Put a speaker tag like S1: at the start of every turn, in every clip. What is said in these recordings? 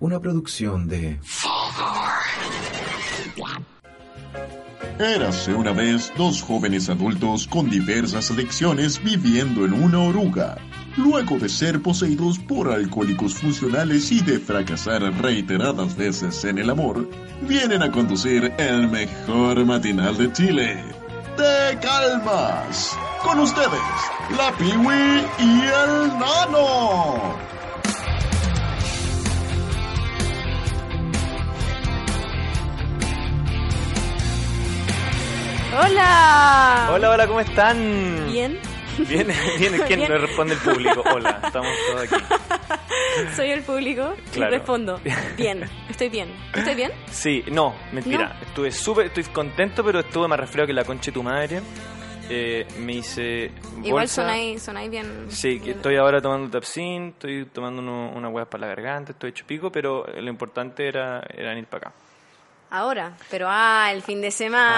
S1: Una producción de...
S2: Érase una vez dos jóvenes adultos con diversas adicciones viviendo en una oruga. Luego de ser poseídos por alcohólicos funcionales y de fracasar reiteradas veces en el amor, vienen a conducir el mejor matinal de Chile. ¡Te calmas! Con ustedes, la Piwi y el Nano.
S3: ¡Hola!
S4: Hola, hola, ¿cómo están?
S3: ¿Bien?
S4: Bien, bien, ¿quién
S3: Bien.
S4: le responde el público? Hola, estamos todos aquí.
S3: Soy el público
S4: Claro.
S3: y respondo. Bien, estoy bien. ¿Estoy bien?
S4: Sí, no, mentira. Estuve súper, estoy contento, pero estuve más resfriado que la concha de tu madre. Eh, me hice
S3: Igual
S4: bolsa.
S3: sonáis, sonáis bien.
S4: Sí, que
S3: bien.
S4: estoy ahora tomando Tapsin, estoy tomando uno- una hueá para la garganta, estoy hecho pico, pero lo importante era, era ir para acá.
S3: Ahora, pero ah, el fin de semana.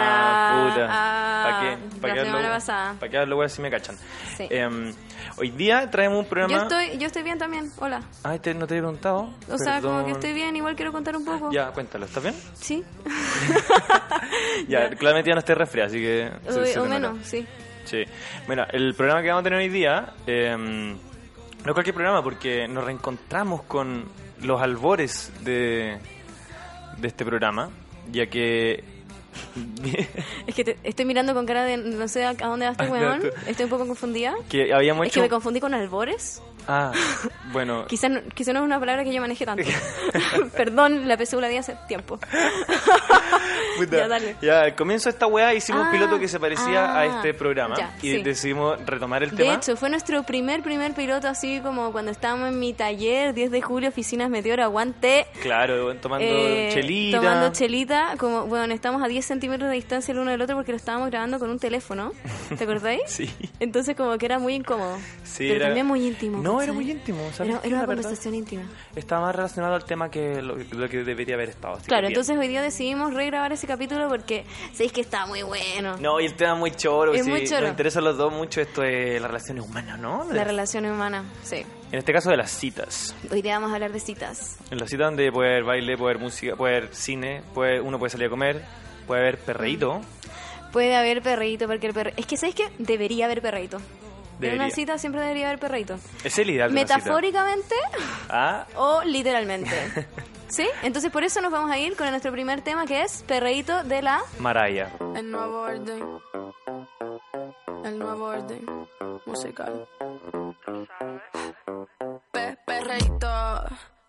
S4: Ah, puta.
S3: Ah,
S4: ¿Para qué? ¿Para qué
S3: la semana
S4: hablo-
S3: pasada.
S4: ¿Para qué hablo weas si me cachan?
S3: Sí.
S4: Em, hoy día traemos un programa...
S3: Yo estoy, yo estoy bien también. Hola.
S4: Ay, te- no te he preguntado.
S3: O sea, como que
S4: Perdón.
S3: estoy bien, igual quiero contar un poco.
S4: Ya, cuéntalo, ¿estás bien?
S3: ¿Sí?
S4: Ya, claramente ya no estoy resfriado, así que...
S3: O,
S4: se- se
S3: o
S4: te nota.
S3: menos, sí.
S4: Sí. Mira, el programa que vamos a tener hoy día, eh, no es cualquier programa, porque nos reencontramos con los albores de, de este programa, ya que...
S3: Es que te- estoy mirando con cara de no sé a a dónde va este
S4: Ah,
S3: weón.
S4: claro, tú-
S3: Estoy un poco confundida.
S4: que habíamos
S3: Es que
S4: hecho...
S3: me confundí con albores.
S4: ah, bueno...
S3: Quizás no, quizá no es una palabra que yo maneje tanto. Perdón, la PSU la di hace tiempo.
S4: Puta.
S3: Ya, dale.
S4: Ya, al comienzo de esta weá hicimos
S3: Ah,
S4: un piloto que se parecía
S3: ah,
S4: a este programa
S3: ya,
S4: y
S3: sí.
S4: decidimos retomar el
S3: De
S4: tema.
S3: hecho, fue nuestro primer, primer piloto, así como cuando estábamos en mi taller, 10 de julio, oficinas Meteor, aguante.
S4: Claro, tomando
S3: eh,
S4: chelita.
S3: Tomando chelita, como, bueno, estamos a 10 centímetros de distancia el uno del otro porque lo estábamos grabando con un teléfono, ¿te acordáis?
S4: Sí.
S3: Entonces como que era muy incómodo,
S4: Sí,
S3: pero
S4: era-
S3: también muy íntimo.
S4: No, era
S3: ¿sabes?
S4: muy íntimo, ¿sabes?
S3: Era, era una
S4: La verdad.
S3: conversación íntima.
S4: Estaba más relacionado al tema que lo, lo que debería haber estado. así que
S3: Claro,
S4: bien.
S3: entonces hoy día decidimos regrabar ese capítulo porque sabéis que está muy bueno.
S4: No, y el tema es muy choro.
S3: Es
S4: sí,
S3: muy choro.
S4: Nos interesa a los dos mucho esto de las relaciones humanas, ¿no? De-
S3: La relación humana, sí.
S4: En este caso de las citas.
S3: Hoy día vamos a hablar de citas.
S4: En las citas donde puede haber baile, puede haber música, puede haber cine, puede, uno puede salir a comer, puede haber
S3: Mm.
S4: perreíto.
S3: Puede haber perreíto, porque el perre... Es que, ¿sabes qué? Debería haber perreíto. En una
S4: Debería.
S3: cita siempre debería haber perreíto.
S4: Esa es la idea de una cita.
S3: Metafóricamente
S4: Ah,
S3: o literalmente. ¿Sí? Entonces por eso nos vamos a ir con nuestro primer tema que es perreíto de la...
S4: Maraya.
S5: El nuevo orden. El nuevo orden musical. Pe perreíto,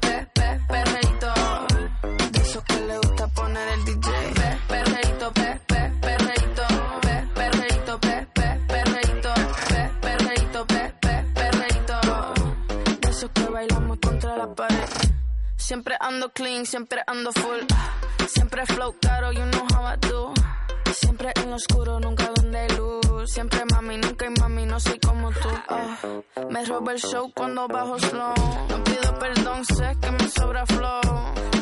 S5: pe, pe, perreíto. De esos que le gusta poner el DJ. Pe, perreíto, pe, pe, perreíto. Pe, perreíto, pe, pe, perreíto. Pe, perreíto, pe, pe, perreíto. De esos que bailamos contra la pared. Siempre ando clean, siempre ando full. Siempre flow caro, you know how I do. Siempre en lo oscuro, nunca donde hay luz. Siempre mami, nunca hay mami, no soy como tú. Ah, me roba el show cuando bajo slow. No pido perdón, sé que me sobra flow.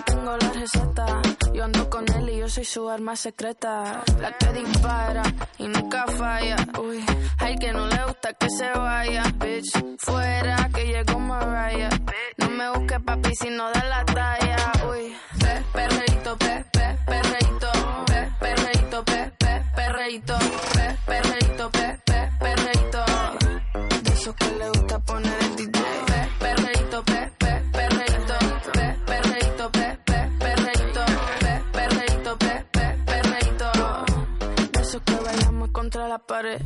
S5: Tengo la receta, yo ando con él y yo soy su arma secreta. La que dispara y nunca falla. Uy, hay que no le gusta que se vaya. Bitch, fuera que llegó Mariah. No me busque papi si no da la talla. Uy, pe, perreíto, pe, pe, perreíto. Pe, perreíto, pe, pe, perreíto. Pe, perreíto, pe, pe, perreíto. De esos que le gusta poner el DJ. Pe, perreíto, pe, pe, perreíto. Pe, perreíto, pe, pe, perreíto. Pe, perreíto, pe, pe, perreíto. De esos que bailamos contra la pared.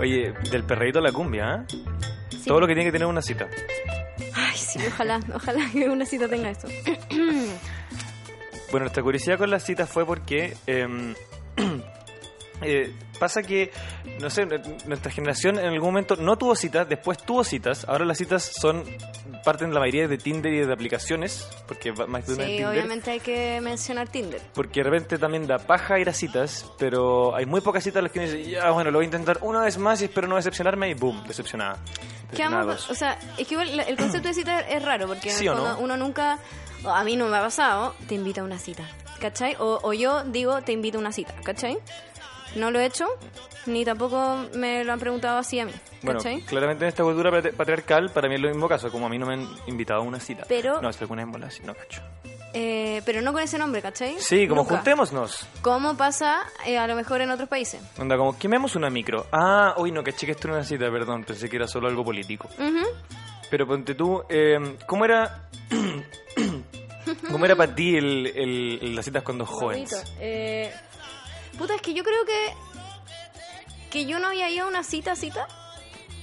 S4: Oye, del perreíto a la cumbia, ¿eh? ¿ah? Todo lo que tiene que tener una cita.
S3: Ay, Ay, sí, ojalá, ojalá que una cita tenga eso.
S4: Bueno, nuestra curiosidad con las citas fue porque em, eh, pasa que, no sé, n- nuestra generación en algún momento no tuvo citas, después tuvo citas, ahora las citas son, parten la mayoría de Tinder y de aplicaciones, porque va- más de una en
S3: Sí,
S4: Tinder.
S3: obviamente hay que mencionar Tinder.
S4: Porque de repente también da paja ir a citas, pero hay muy pocas citas en las que uno dice, ya bueno, lo voy a intentar una vez más y espero no decepcionarme y boom, decepcionada.
S3: Que
S4: Decepcionados.
S3: ambos- o sea, es que igual la- el concepto de cita es raro, porque en
S4: ¿Sí
S3: el
S4: o
S3: fondo
S4: no?
S3: uno nunca, o a mí no me ha pasado, te invita a una cita, ¿cachai? O, o yo digo, te invito a una cita, ¿cachai? No lo he hecho, ni tampoco me lo han preguntado así a mí,
S4: Bueno,
S3: ¿cachai?
S4: claramente en esta cultura patri- patriarcal para mí es lo mismo caso, como a mí no me han invitado a una cita.
S3: Pero-
S4: No, es que alguna en bola, sí, no cacho.
S3: Eh, pero no con ese nombre, ¿cachai?
S4: Sí, como
S3: Nunca.
S4: juntémonos.
S3: ¿Cómo pasa eh, a lo mejor en otros países?
S4: Onda, como quememos una micro. Ah, hoy no, caché que esto era una cita, perdón, pensé que era solo algo político.
S3: Ujú.
S4: Pero ponte tú, eh, ¿cómo era... ¿Cómo era para ti el, el- el- las citas cuando jóvenes?
S3: Bonito. Eh, puta, es que yo creo que que yo no había ido a una cita, cita,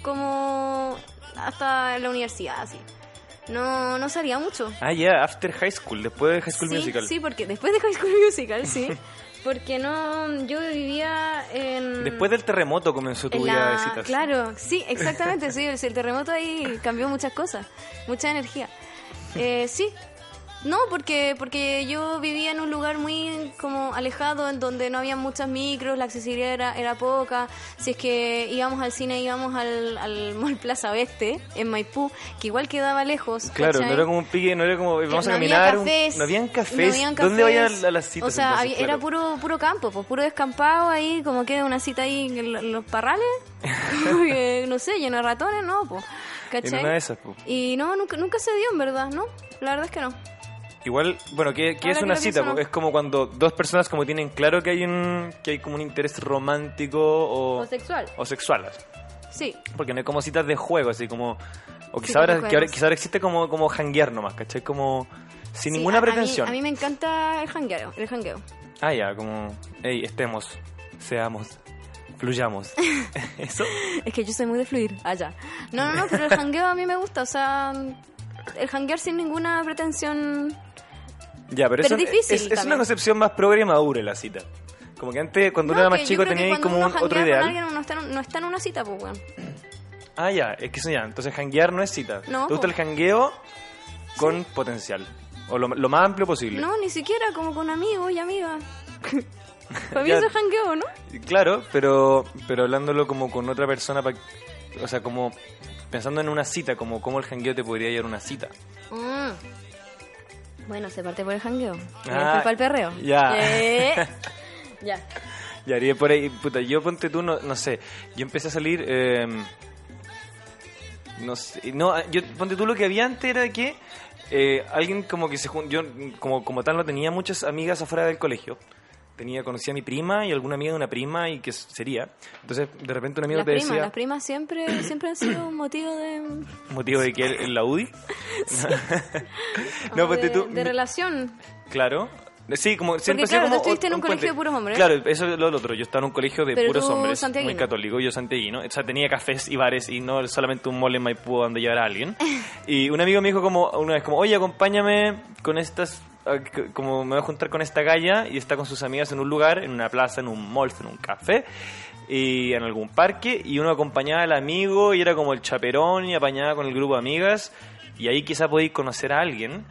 S3: como hasta la universidad, así. No, no salía mucho.
S4: Ah, ya, after high school, después de high school
S3: sí,
S4: musical.
S3: sí, porque después de High School Musical, sí. Porque no, yo vivía en...
S4: Después del terremoto comenzó tu
S3: en
S4: vida de
S3: la-
S4: citas.
S3: Claro, sí, exactamente, sí. El, el terremoto ahí cambió muchas cosas, mucha energía. Eh, sí, no, porque, porque yo vivía en un lugar muy como alejado, en donde no había muchas micros, la accesibilidad era, era poca. Si es que íbamos al cine, íbamos al, al Mall Plaza Oeste, en Maipú, que igual quedaba lejos.
S4: Claro,
S3: ¿cachai?
S4: no era como un pique, no era como eh,
S3: Que
S4: vamos a
S3: no había
S4: caminar. un-
S3: cafés,
S4: no habían cafés.
S3: no habían
S4: ¿Dónde
S3: cafés.
S4: vayan a las citas?
S3: O sea,
S4: entonces,
S3: había-
S4: claro?
S3: era puro puro campo, pues puro descampado ahí, como que una cita ahí en lo- los parrales, como que, no sé, lleno de ratones, no, pues. ¿Cachai?
S4: En una de esas, po.
S3: Y no, nunca, nunca se dio en verdad, ¿no? La verdad es que no.
S4: Igual, bueno, ¿qué, qué
S3: Ahora
S4: es
S3: que
S4: una
S3: lo
S4: cita?
S3: pienso,
S4: po?
S3: no.
S4: Es como cuando dos personas como tienen claro que hay un que hay como un interés romántico o,
S3: O sexual.
S4: o sexual, así.
S3: Sí.
S4: Porque no es como citas de juego, así como... O quizá,
S3: Citas de
S4: ahora, que ahora-
S3: juegos.
S4: quizá ahora existe como, como janguear nomás, ¿cachai? Como
S3: Sí,
S4: sin ninguna
S3: a- a mí-
S4: pretensión.
S3: A mí, me encanta el jangueo, el jangueo.
S4: Ah, ya, como... Hey, estemos, seamos, fluyamos. Eso...
S3: Es que yo soy muy de fluir allá. No, no, no, pero el jangueo a mí me gusta, o sea, el janguear sin ninguna pretensión.
S4: Ya, pero,
S3: Pero
S4: eso-
S3: difícil
S4: es, es una
S3: también.
S4: concepción más progre y madura la cita. Como que antes, cuando
S3: No,
S4: uno era
S3: que
S4: más
S3: yo
S4: chico,
S3: creo que
S4: tenía ahí
S3: cuando
S4: como
S3: uno
S4: un- otro
S3: janguea
S4: ideal.
S3: Con alguien, uno está en- no está en una cita, pues, weón.
S4: Ah, ya, es que eso ya. Entonces, janguear no es cita.
S3: No,
S4: Te
S3: po.
S4: gusta el jangueo con potencial. O lo, lo más amplio posible.
S3: No, ni siquiera como con amigos y amigas. Para mí
S4: Ya.
S3: eso es jangueo, ¿no?
S4: Y Claro, pero, pero hablándolo como con otra persona, pa- o sea, como pensando en una cita, como cómo el jangueo te podría llevar a una cita.
S3: Mm. Bueno, se parte por el jangueo.
S4: Ah,
S3: para el perreo.
S4: ya.
S3: Eh, ya.
S4: Y haría por ahí, puta, yo ponte tú, no, no sé, yo empecé a salir, eh, no sé, no, ah, yo ponte tú lo que había antes era que eh, alguien como que se jun- yo mm, como, como tal no tenía muchas amigas afuera del colegio. Tenía, conocía a mi prima y alguna amiga de una prima y que s- sería. Entonces, de repente un amigo
S3: Las
S4: te
S3: primas,
S4: decía,
S3: las primas siempre, siempre han sido un motivo de,
S4: motivo de que él, él la UDI.
S3: como
S4: no,
S3: Oh, de,
S4: ponte tú,
S3: de relación.
S4: Claro. Sí, como siempre ha sido
S3: claro,
S4: como
S3: tú estuviste en un colegio
S4: puente.
S3: de puros hombres.
S4: Claro, eso es lo lo otro. Yo estaba en un colegio de
S3: Pero
S4: puros
S3: tú
S4: hombres, muy
S3: santiaguino.
S4: católico, yo santiaguino. O sea, tenía cafés y bares y no solamente un mole en Maipú donde llevar a alguien. Y un amigo me dijo como una vez como, "Oye, acompáñame con estas ah, c- como me voy a juntar con esta galla y está con sus amigas en un lugar, en una plaza, en un mall, en un café." Y en algún parque, y uno acompañaba al amigo y era como el chaperón y apañaba con el grupo de amigas. Y ahí quizá podéis conocer a alguien,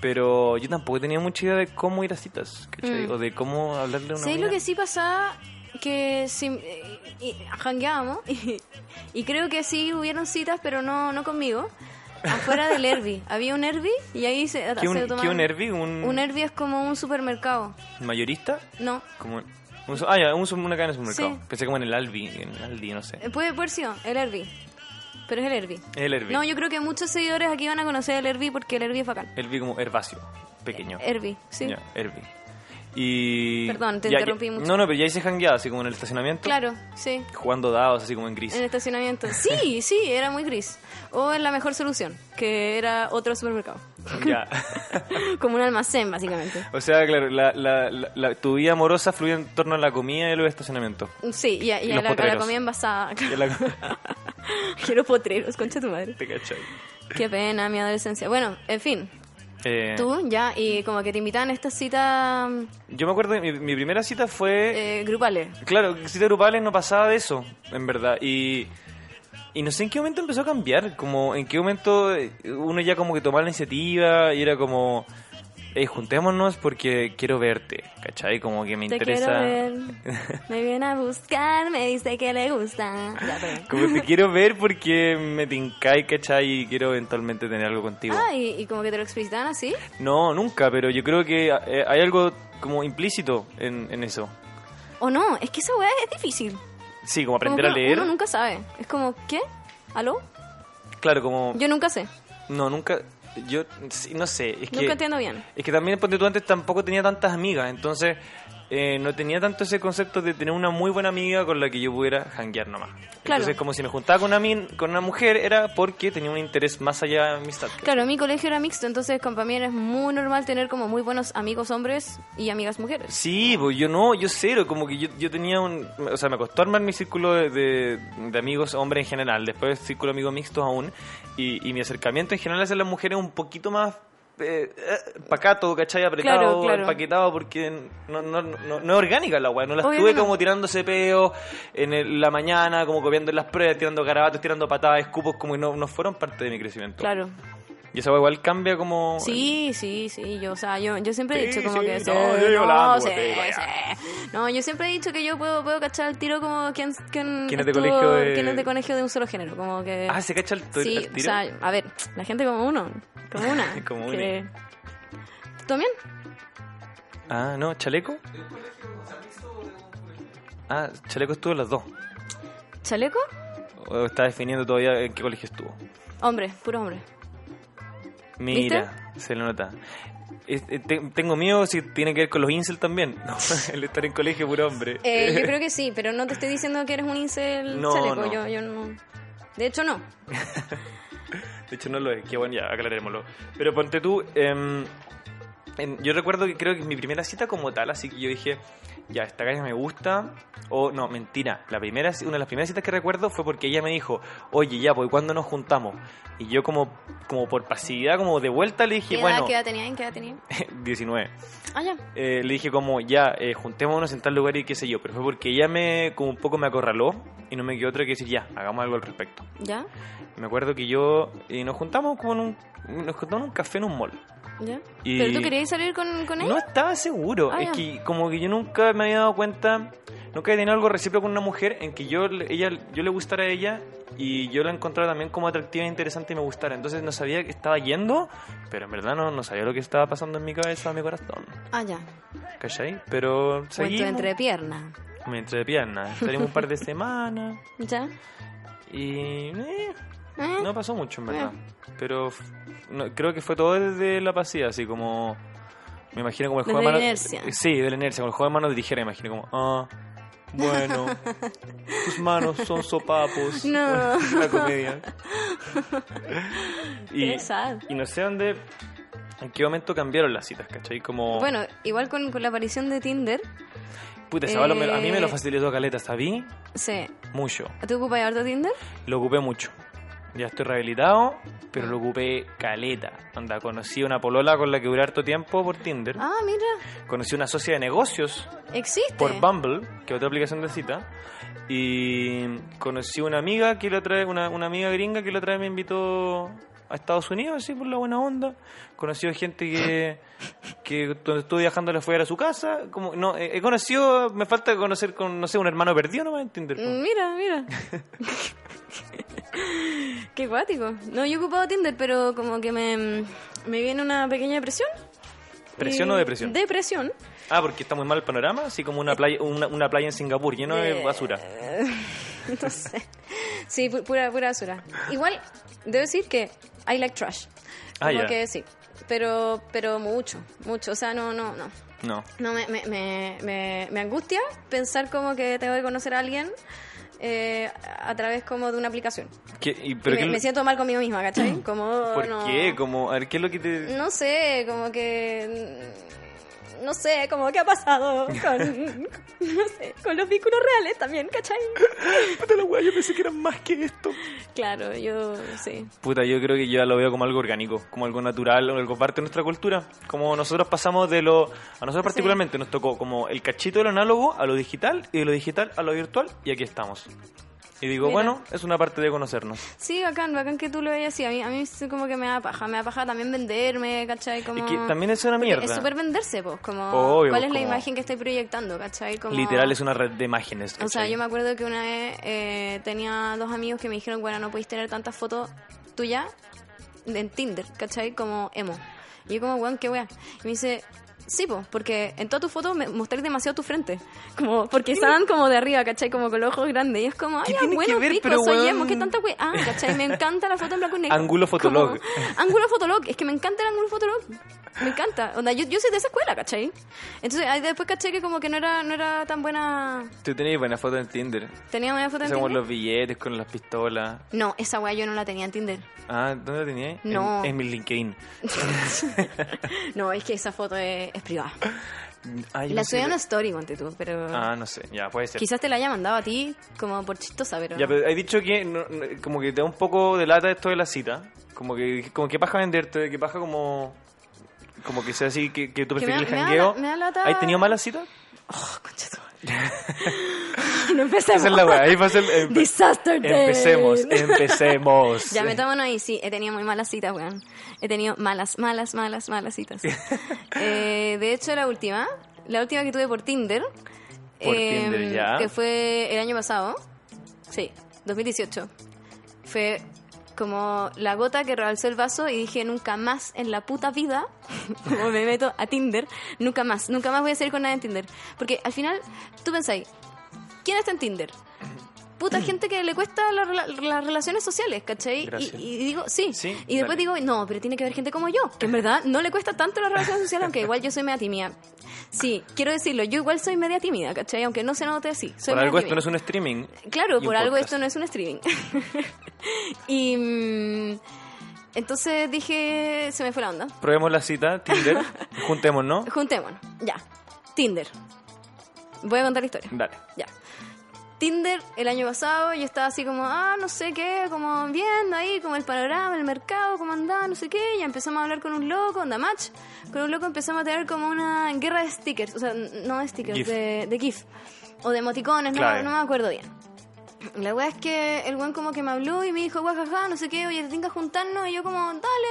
S4: pero yo tampoco tenía mucha idea de cómo ir a citas, ¿cachai?
S3: Mm.
S4: O de cómo hablarle a una
S3: ¿Sabéis
S4: mina.
S3: lo que sí pasaba? Que sí, eh, y- jangueábamos y, y creo que sí hubieron citas, pero no, no conmigo. Afuera del Herbi. Había un Herbi y ahí se,
S4: ¿Qué
S3: se
S4: un,
S3: tomaban-
S4: qué un Herbi? ¿Un,
S3: Un Herbi es como un supermercado.
S4: mayorista?
S3: No.
S4: Como un- un su- ah, ya, un, su- una cadena de supermercado.
S3: Sí.
S4: Pensé como en el Albi, en el Aldi, no sé.
S3: Eh, Puede haber sido el Herbi. Pero es el Herbi.
S4: El Herbi.
S3: No, yo creo que muchos seguidores aquí van a conocer el Herbi porque el Herbi es bacán.
S4: Herbi como herbáceo, pequeño.
S3: Herbi, sí.
S4: Ya, Herbi. Y...
S3: Perdón, te
S4: ya-
S3: interrumpí mucho.
S4: No, no, pero ya hice jangueada, así como en el estacionamiento.
S3: Claro, Eh. sí.
S4: Jugando dados, así como en gris.
S3: En el estacionamiento. Sí, sí, era muy gris. O en la mejor solución, que era otro supermercado.
S4: Ya.
S3: Como un almacén, básicamente.
S4: o sea, claro, la, la- la- la- tu vida amorosa fluye en torno a la comida y los estacionamientos.
S3: Sí, y, a- y
S4: Y
S3: a
S4: los
S3: la, a la
S4: potreros.
S3: comida envasada.
S4: Y a la-
S3: Quiero potreros, concha tu madre.
S4: Te cachai.
S3: Qué pena, mi adolescencia. Bueno, en fin,
S4: Eh,
S3: tú ya, y como que te invitan a estas citas
S4: Yo me acuerdo, que mi, mi primera cita fue...
S3: eh, grupales.
S4: Claro, citas grupales no pasaba de eso, en verdad. Y, y no sé en qué momento empezó a cambiar, como en qué momento eh, uno ya como que tomaba la iniciativa y era como... "Ey, juntémonos porque quiero verte, ¿cachai? Como que me
S3: Te
S4: interesa...
S3: quiero ver. Me viene a buscar, me dice que le gusta. Ya, pero-
S4: Como te quiero ver porque me tincai, ¿cachai? Y quiero eventualmente tener algo contigo.
S3: Ah, y, y como que te lo explicitan así.
S4: No, nunca, pero yo creo que eh, hay algo como implícito en, en eso.
S3: O no, es que esa weá es difícil.
S4: Sí, como
S3: Como
S4: aprender
S3: que
S4: a leer.
S3: Uno nunca sabe. Es como, ¿qué? ¿Aló?
S4: Claro, como...
S3: Yo nunca sé.
S4: No, nunca... Yo sí, no sé, es que...
S3: Nunca entiendo bien.
S4: Es que también, ponte tú antes, tampoco tenía tantas amigas, entonces eh, no tenía tanto ese concepto de tener una muy buena amiga con la que yo pudiera janguear nomás.
S3: Claro.
S4: Entonces, como si me juntaba con una, min- con una mujer era porque tenía un interés más allá de amistad.
S3: Claro, mi colegio era mixto, entonces con para mí era muy normal tener como muy buenos amigos hombres y amigas mujeres.
S4: Sí, pues yo no, yo cero, como que yo, yo tenía un... O sea, me costó armar mi círculo de, de- de amigos hombres en general, después círculo de amigos mixtos aún, y, y mi acercamiento en general hacia las mujeres un poquito más eh, eh, pacato, ¿cachai? Apretado,
S3: Claro, claro.
S4: empaquetado, porque no, no, no, no es orgánica la weá, no la
S3: Obvio
S4: estuve
S3: que no.
S4: como tirándose peo en el- la mañana, como comiendo en las pruebas, tirando garabatos, tirando patadas, escupos, como que no, no fueron parte de mi crecimiento.
S3: Claro.
S4: Y esa weá igual cambia como...
S3: Sí, sí, sí, yo, o sea, yo, yo siempre he
S4: Sí,
S3: dicho como
S4: sí,
S3: que...
S4: no,
S3: sí,
S4: yo digo la amo,
S3: sí,
S4: te digo, ya.
S3: sí. No, yo siempre he dicho que yo puedo, puedo cachar el tiro como quien, quien
S4: ¿Quién es de colegio de-
S3: quién es de colegio de un solo género, como que...
S4: Ah, se cacha el, to-
S3: Sí,
S4: el
S3: o
S4: tiro.
S3: sea, a ver, la gente como uno, como una.
S4: Como una.
S3: que... ¿Tú también?
S4: Ah, no, chaleco. Ah, chaleco estuvo en las dos.
S3: ¿Chaleco?
S4: O está definiendo todavía en qué colegio estuvo.
S3: Hombre, puro hombre.
S4: Mira, se lo nota. Es- eh, te- tengo miedo si tiene que ver con los incel también. No, el estar en colegio puro hombre.
S3: Eh, yo creo que sí, pero no te estoy diciendo que eres un incel
S4: No,
S3: chaleco.
S4: no.
S3: Yo, yo no. De hecho, no.
S4: De hecho, no lo es. Que bueno, ya aclarémoslo. Pero ponte tú. em, en- yo recuerdo que creo que mi primera cita como tal, así que yo dije, ya, esta calle me gusta. O no, mentira. La primera, ci- una de las primeras citas que recuerdo fue porque ella me dijo, oye, ya, pues ¿cuándo nos juntamos? Y yo, como, como por pasividad, como de vuelta, le
S3: ¿Qué
S4: dije,
S3: edad,
S4: bueno,
S3: qué edad tenía? ¿Qué edad tenía?
S4: 19.
S3: Ah, ya.
S4: Eh, le dije como, ya, eh, juntémonos en tal lugar y qué sé yo. Pero fue porque ella me, como un poco me acorraló y no me quedó otra que decir, ya, hagamos algo al respecto.
S3: ¿Ya?
S4: Me acuerdo que yo y nos juntamos como en un, nos juntamos en un café en un mall.
S3: ¿Ya?
S4: Y-
S3: ¿Pero tú querías salir con, con ella?
S4: No estaba seguro,
S3: Ah,
S4: es
S3: ya.
S4: que como que yo nunca me había dado cuenta, nunca he tenido algo recíproco con una mujer en que yo le- ella yo le gustara a ella y yo la encontrara también como atractiva, e interesante y me gustara. Entonces no sabía que estaba yendo, pero en verdad no, no sabía lo que estaba pasando en mi cabeza, en mi corazón.
S3: Ah, ya.
S4: ¿Cachai? Pero
S3: Cuento
S4: seguimos.
S3: entre piernas.
S4: Me entrepierna. Estaremos un par de semanas
S3: ¿Ya?
S4: y... eh,
S3: ¿Eh?
S4: No pasó mucho, en verdad. Pero f- no, creo que fue todo desde la pasividad, así como... Me imagino como el
S3: Desde
S4: juego de
S3: la
S4: manos...
S3: inercia.
S4: Sí, de la inercia, como el juego de manos de tijera, imagino como... Ah, bueno, tus manos son sopapos.
S3: No.
S4: Bueno, es una comedia. y,
S3: Qué sad.
S4: y no sé dónde... ¿En qué momento cambiaron las citas, cachai? Como...
S3: Bueno, igual con, con la aparición de Tinder,
S4: puta, ese balón me- a mí me lo
S3: eh,
S4: facilitó Caleta, ¿sabí?
S3: se...
S4: Mucho.
S3: ¿Tú ocupas harto Tinder?
S4: Lo ocupé mucho. Ya estoy rehabilitado, pero lo ocupé caleta. Anda, conocí una polola con la que duré harto tiempo por Tinder.
S3: Ah, mira.
S4: Conocí una socia de negocios
S3: Existe.
S4: por Bumble, que es otra aplicación de cita. Y conocí una amiga que la trae, una, una amiga gringa que la trae me invitó a Estados Unidos, así por la buena onda. Conocí a gente que, que cuando estuve viajando le fue a ir a su casa. Como, no, he he conocido, me falta conocer con, no sé, un hermano perdido nomás en Tinder. po.
S3: Mira, mira. Qué cuático. No, yo he ocupado Tinder, pero como que me, me viene una pequeña depresión.
S4: ¿Presión
S3: Y-
S4: o depresión?
S3: Depresión.
S4: Ah, porque está muy mal el panorama, así como
S3: Eh,
S4: una playa, una, una playa en Singapur lleno de basura.
S3: No sé. Sí, pu- pura, pura basura. Igual, debo decir que I like trash.
S4: Ah,
S3: Como
S4: ya.
S3: que sí. Pero, pero mucho, mucho. O sea, no, no, no.
S4: No.
S3: No, me, me, me, me, me angustia pensar como que tengo que conocer a alguien eh, a través como de una aplicación.
S4: ¿Qué- y- pero
S3: Y
S4: qué-
S3: me, me siento mal conmigo misma, ¿cachai? Como,
S4: ¿Por
S3: no.
S4: qué? Como, a ver, ¿qué es lo que te...?
S3: No sé, como que. mm, no sé, como qué ha pasado con, no sé, con los vínculos reales también, ¿cachai? Mm.
S4: Puta la weá, yo pensé que eran más que esto.
S3: Claro, yo sí.
S4: Puta, yo creo que yo ya lo veo como algo orgánico, como algo natural, o algo parte de nuestra cultura. Como nosotros pasamos de lo. A nosotros particularmente nos tocó como el cachito de lo análogo a lo digital, y de lo digital a lo virtual, y aquí estamos. Y digo,
S3: Mira.
S4: bueno, es una parte de conocernos.
S3: Sí, bacán, bacán que tú lo veas así. A mí, a mí sí como que me da paja, me da paja también venderme, ¿cachai? Como...
S4: Es que también es una
S3: Mm. Porque
S4: mierda.
S3: Es súper venderse, pues, como
S4: Obvio,
S3: cuál es la
S4: como-
S3: imagen que estoy proyectando, ¿cachai? Como...
S4: Literal es una red de imágenes.
S3: O sea,
S4: ¿cachai?
S3: yo me acuerdo que una vez eh, tenía dos amigos que me dijeron, bueno, no podéis tener tantas fotos tuyas en Tinder, ¿cachai? Como emo. Y yo como, weón, qué wea. Y me dice, sí, po, porque en todas tus fotos me mostráis demasiado tu frente. Como, porque estaban como de arriba, ¿cachai? Como con los ojos grandes. Y es como, ay,
S4: ¿Qué
S3: ya,
S4: tiene que
S3: bueno,
S4: ver?
S3: pico,
S4: Pero,
S3: soy
S4: weón.
S3: emo, qué tanta wea. Ah, ¿cachai? Me encanta la foto en blanco y negro.
S4: Ángulo fotolog.
S3: Como, ángulo fotolog, es que me encanta el ángulo fotolog. Me encanta. Onda, yo, yo soy de esa escuela, ¿cachai? Entonces, ahí después caché que como que no era, no era tan buena
S4: Tú tenías buenas fotos en Tinder.
S3: ¿Tenía una foto en
S4: Hacemos
S3: Tinder?
S4: los billetes con las pistolas.
S3: No, esa weá yo no la tenía en Tinder.
S4: Ah, ¿dónde la tenías?
S3: No.
S4: En, en mi LinkedIn.
S3: No, es que esa foto es, es privada.
S4: Ah, yo
S3: La
S4: pensé
S3: subí a
S4: que-
S3: una story, ponte tú, pero
S4: Ah, no sé, ya puede ser.
S3: quizás te la haya mandado a ti como por chistosa, pero...
S4: Ya, pero he dicho que no- no- como que te da un poco de lata esto de la cita. Como que, como que paja venderte, que paja como... Como que sea así, que, que tú
S3: Que me
S4: prefieres el
S3: da- me da
S4: jangueo.
S3: la- me da lata-
S4: ¿Has tenido mala cita?
S3: Oh, concha tu madre. no empecemos.
S4: Esa es la weá, ahí va a ser... empe-
S3: Disaster day.
S4: Empecemos, empecemos.
S3: Ya metámonos ahí, sí, he tenido muy malas citas, weón. He tenido malas, malas, malas, malas citas. Eh, de hecho, la última, la última que tuve por Tinder, eh,
S4: Por Tinder, ya.
S3: que fue el año pasado, sí, 2018, fue como la gota que rebalsó el vaso y dije nunca más en la puta vida, como me meto a Tinder, nunca más, nunca más voy a salir con nadie en Tinder. Porque al final, tú pensáis, ¿quién está en Tinder? Puta
S4: Mm.
S3: gente que le cuesta la rela- las relaciones sociales, ¿cachai?
S4: Gracias.
S3: Y, y digo, sí.
S4: Sí,
S3: y después
S4: dale.
S3: digo, no, pero tiene que haber gente como yo, que en verdad no le cuesta tanto las relaciones sociales, aunque igual yo soy media tímida. Sí, quiero decirlo, yo igual soy media tímida, ¿cachai? Aunque no se note así. Soy
S4: Por
S3: media
S4: algo esto
S3: tímida.
S4: no es un streaming. y
S3: Claro,
S4: un
S3: por algo
S4: podcast.
S3: esto no es un streaming. y mm, entonces dije, se me fue la onda.
S4: Probemos la cita, Tinder. Juntémonos.
S3: Juntémonos, ya. Tinder. Voy a contar la historia.
S4: Dale.
S3: Ya. Tinder el año pasado yo estaba así como, ah, no sé qué, como viendo ahí como el panorama, el mercado, cómo andaba, no sé qué, ya empezamos a hablar con un loco, onda match, con un loco empezamos a tener como una guerra de stickers, o sea, n- no de stickers,
S4: GIF.
S3: De, de GIF, o de emoticones, no,
S4: Claro.
S3: no me acuerdo bien. La wea es que el weón como que me habló y me dijo, guajaja, no sé qué, oye, te tengo que juntarnos, y yo como, dale,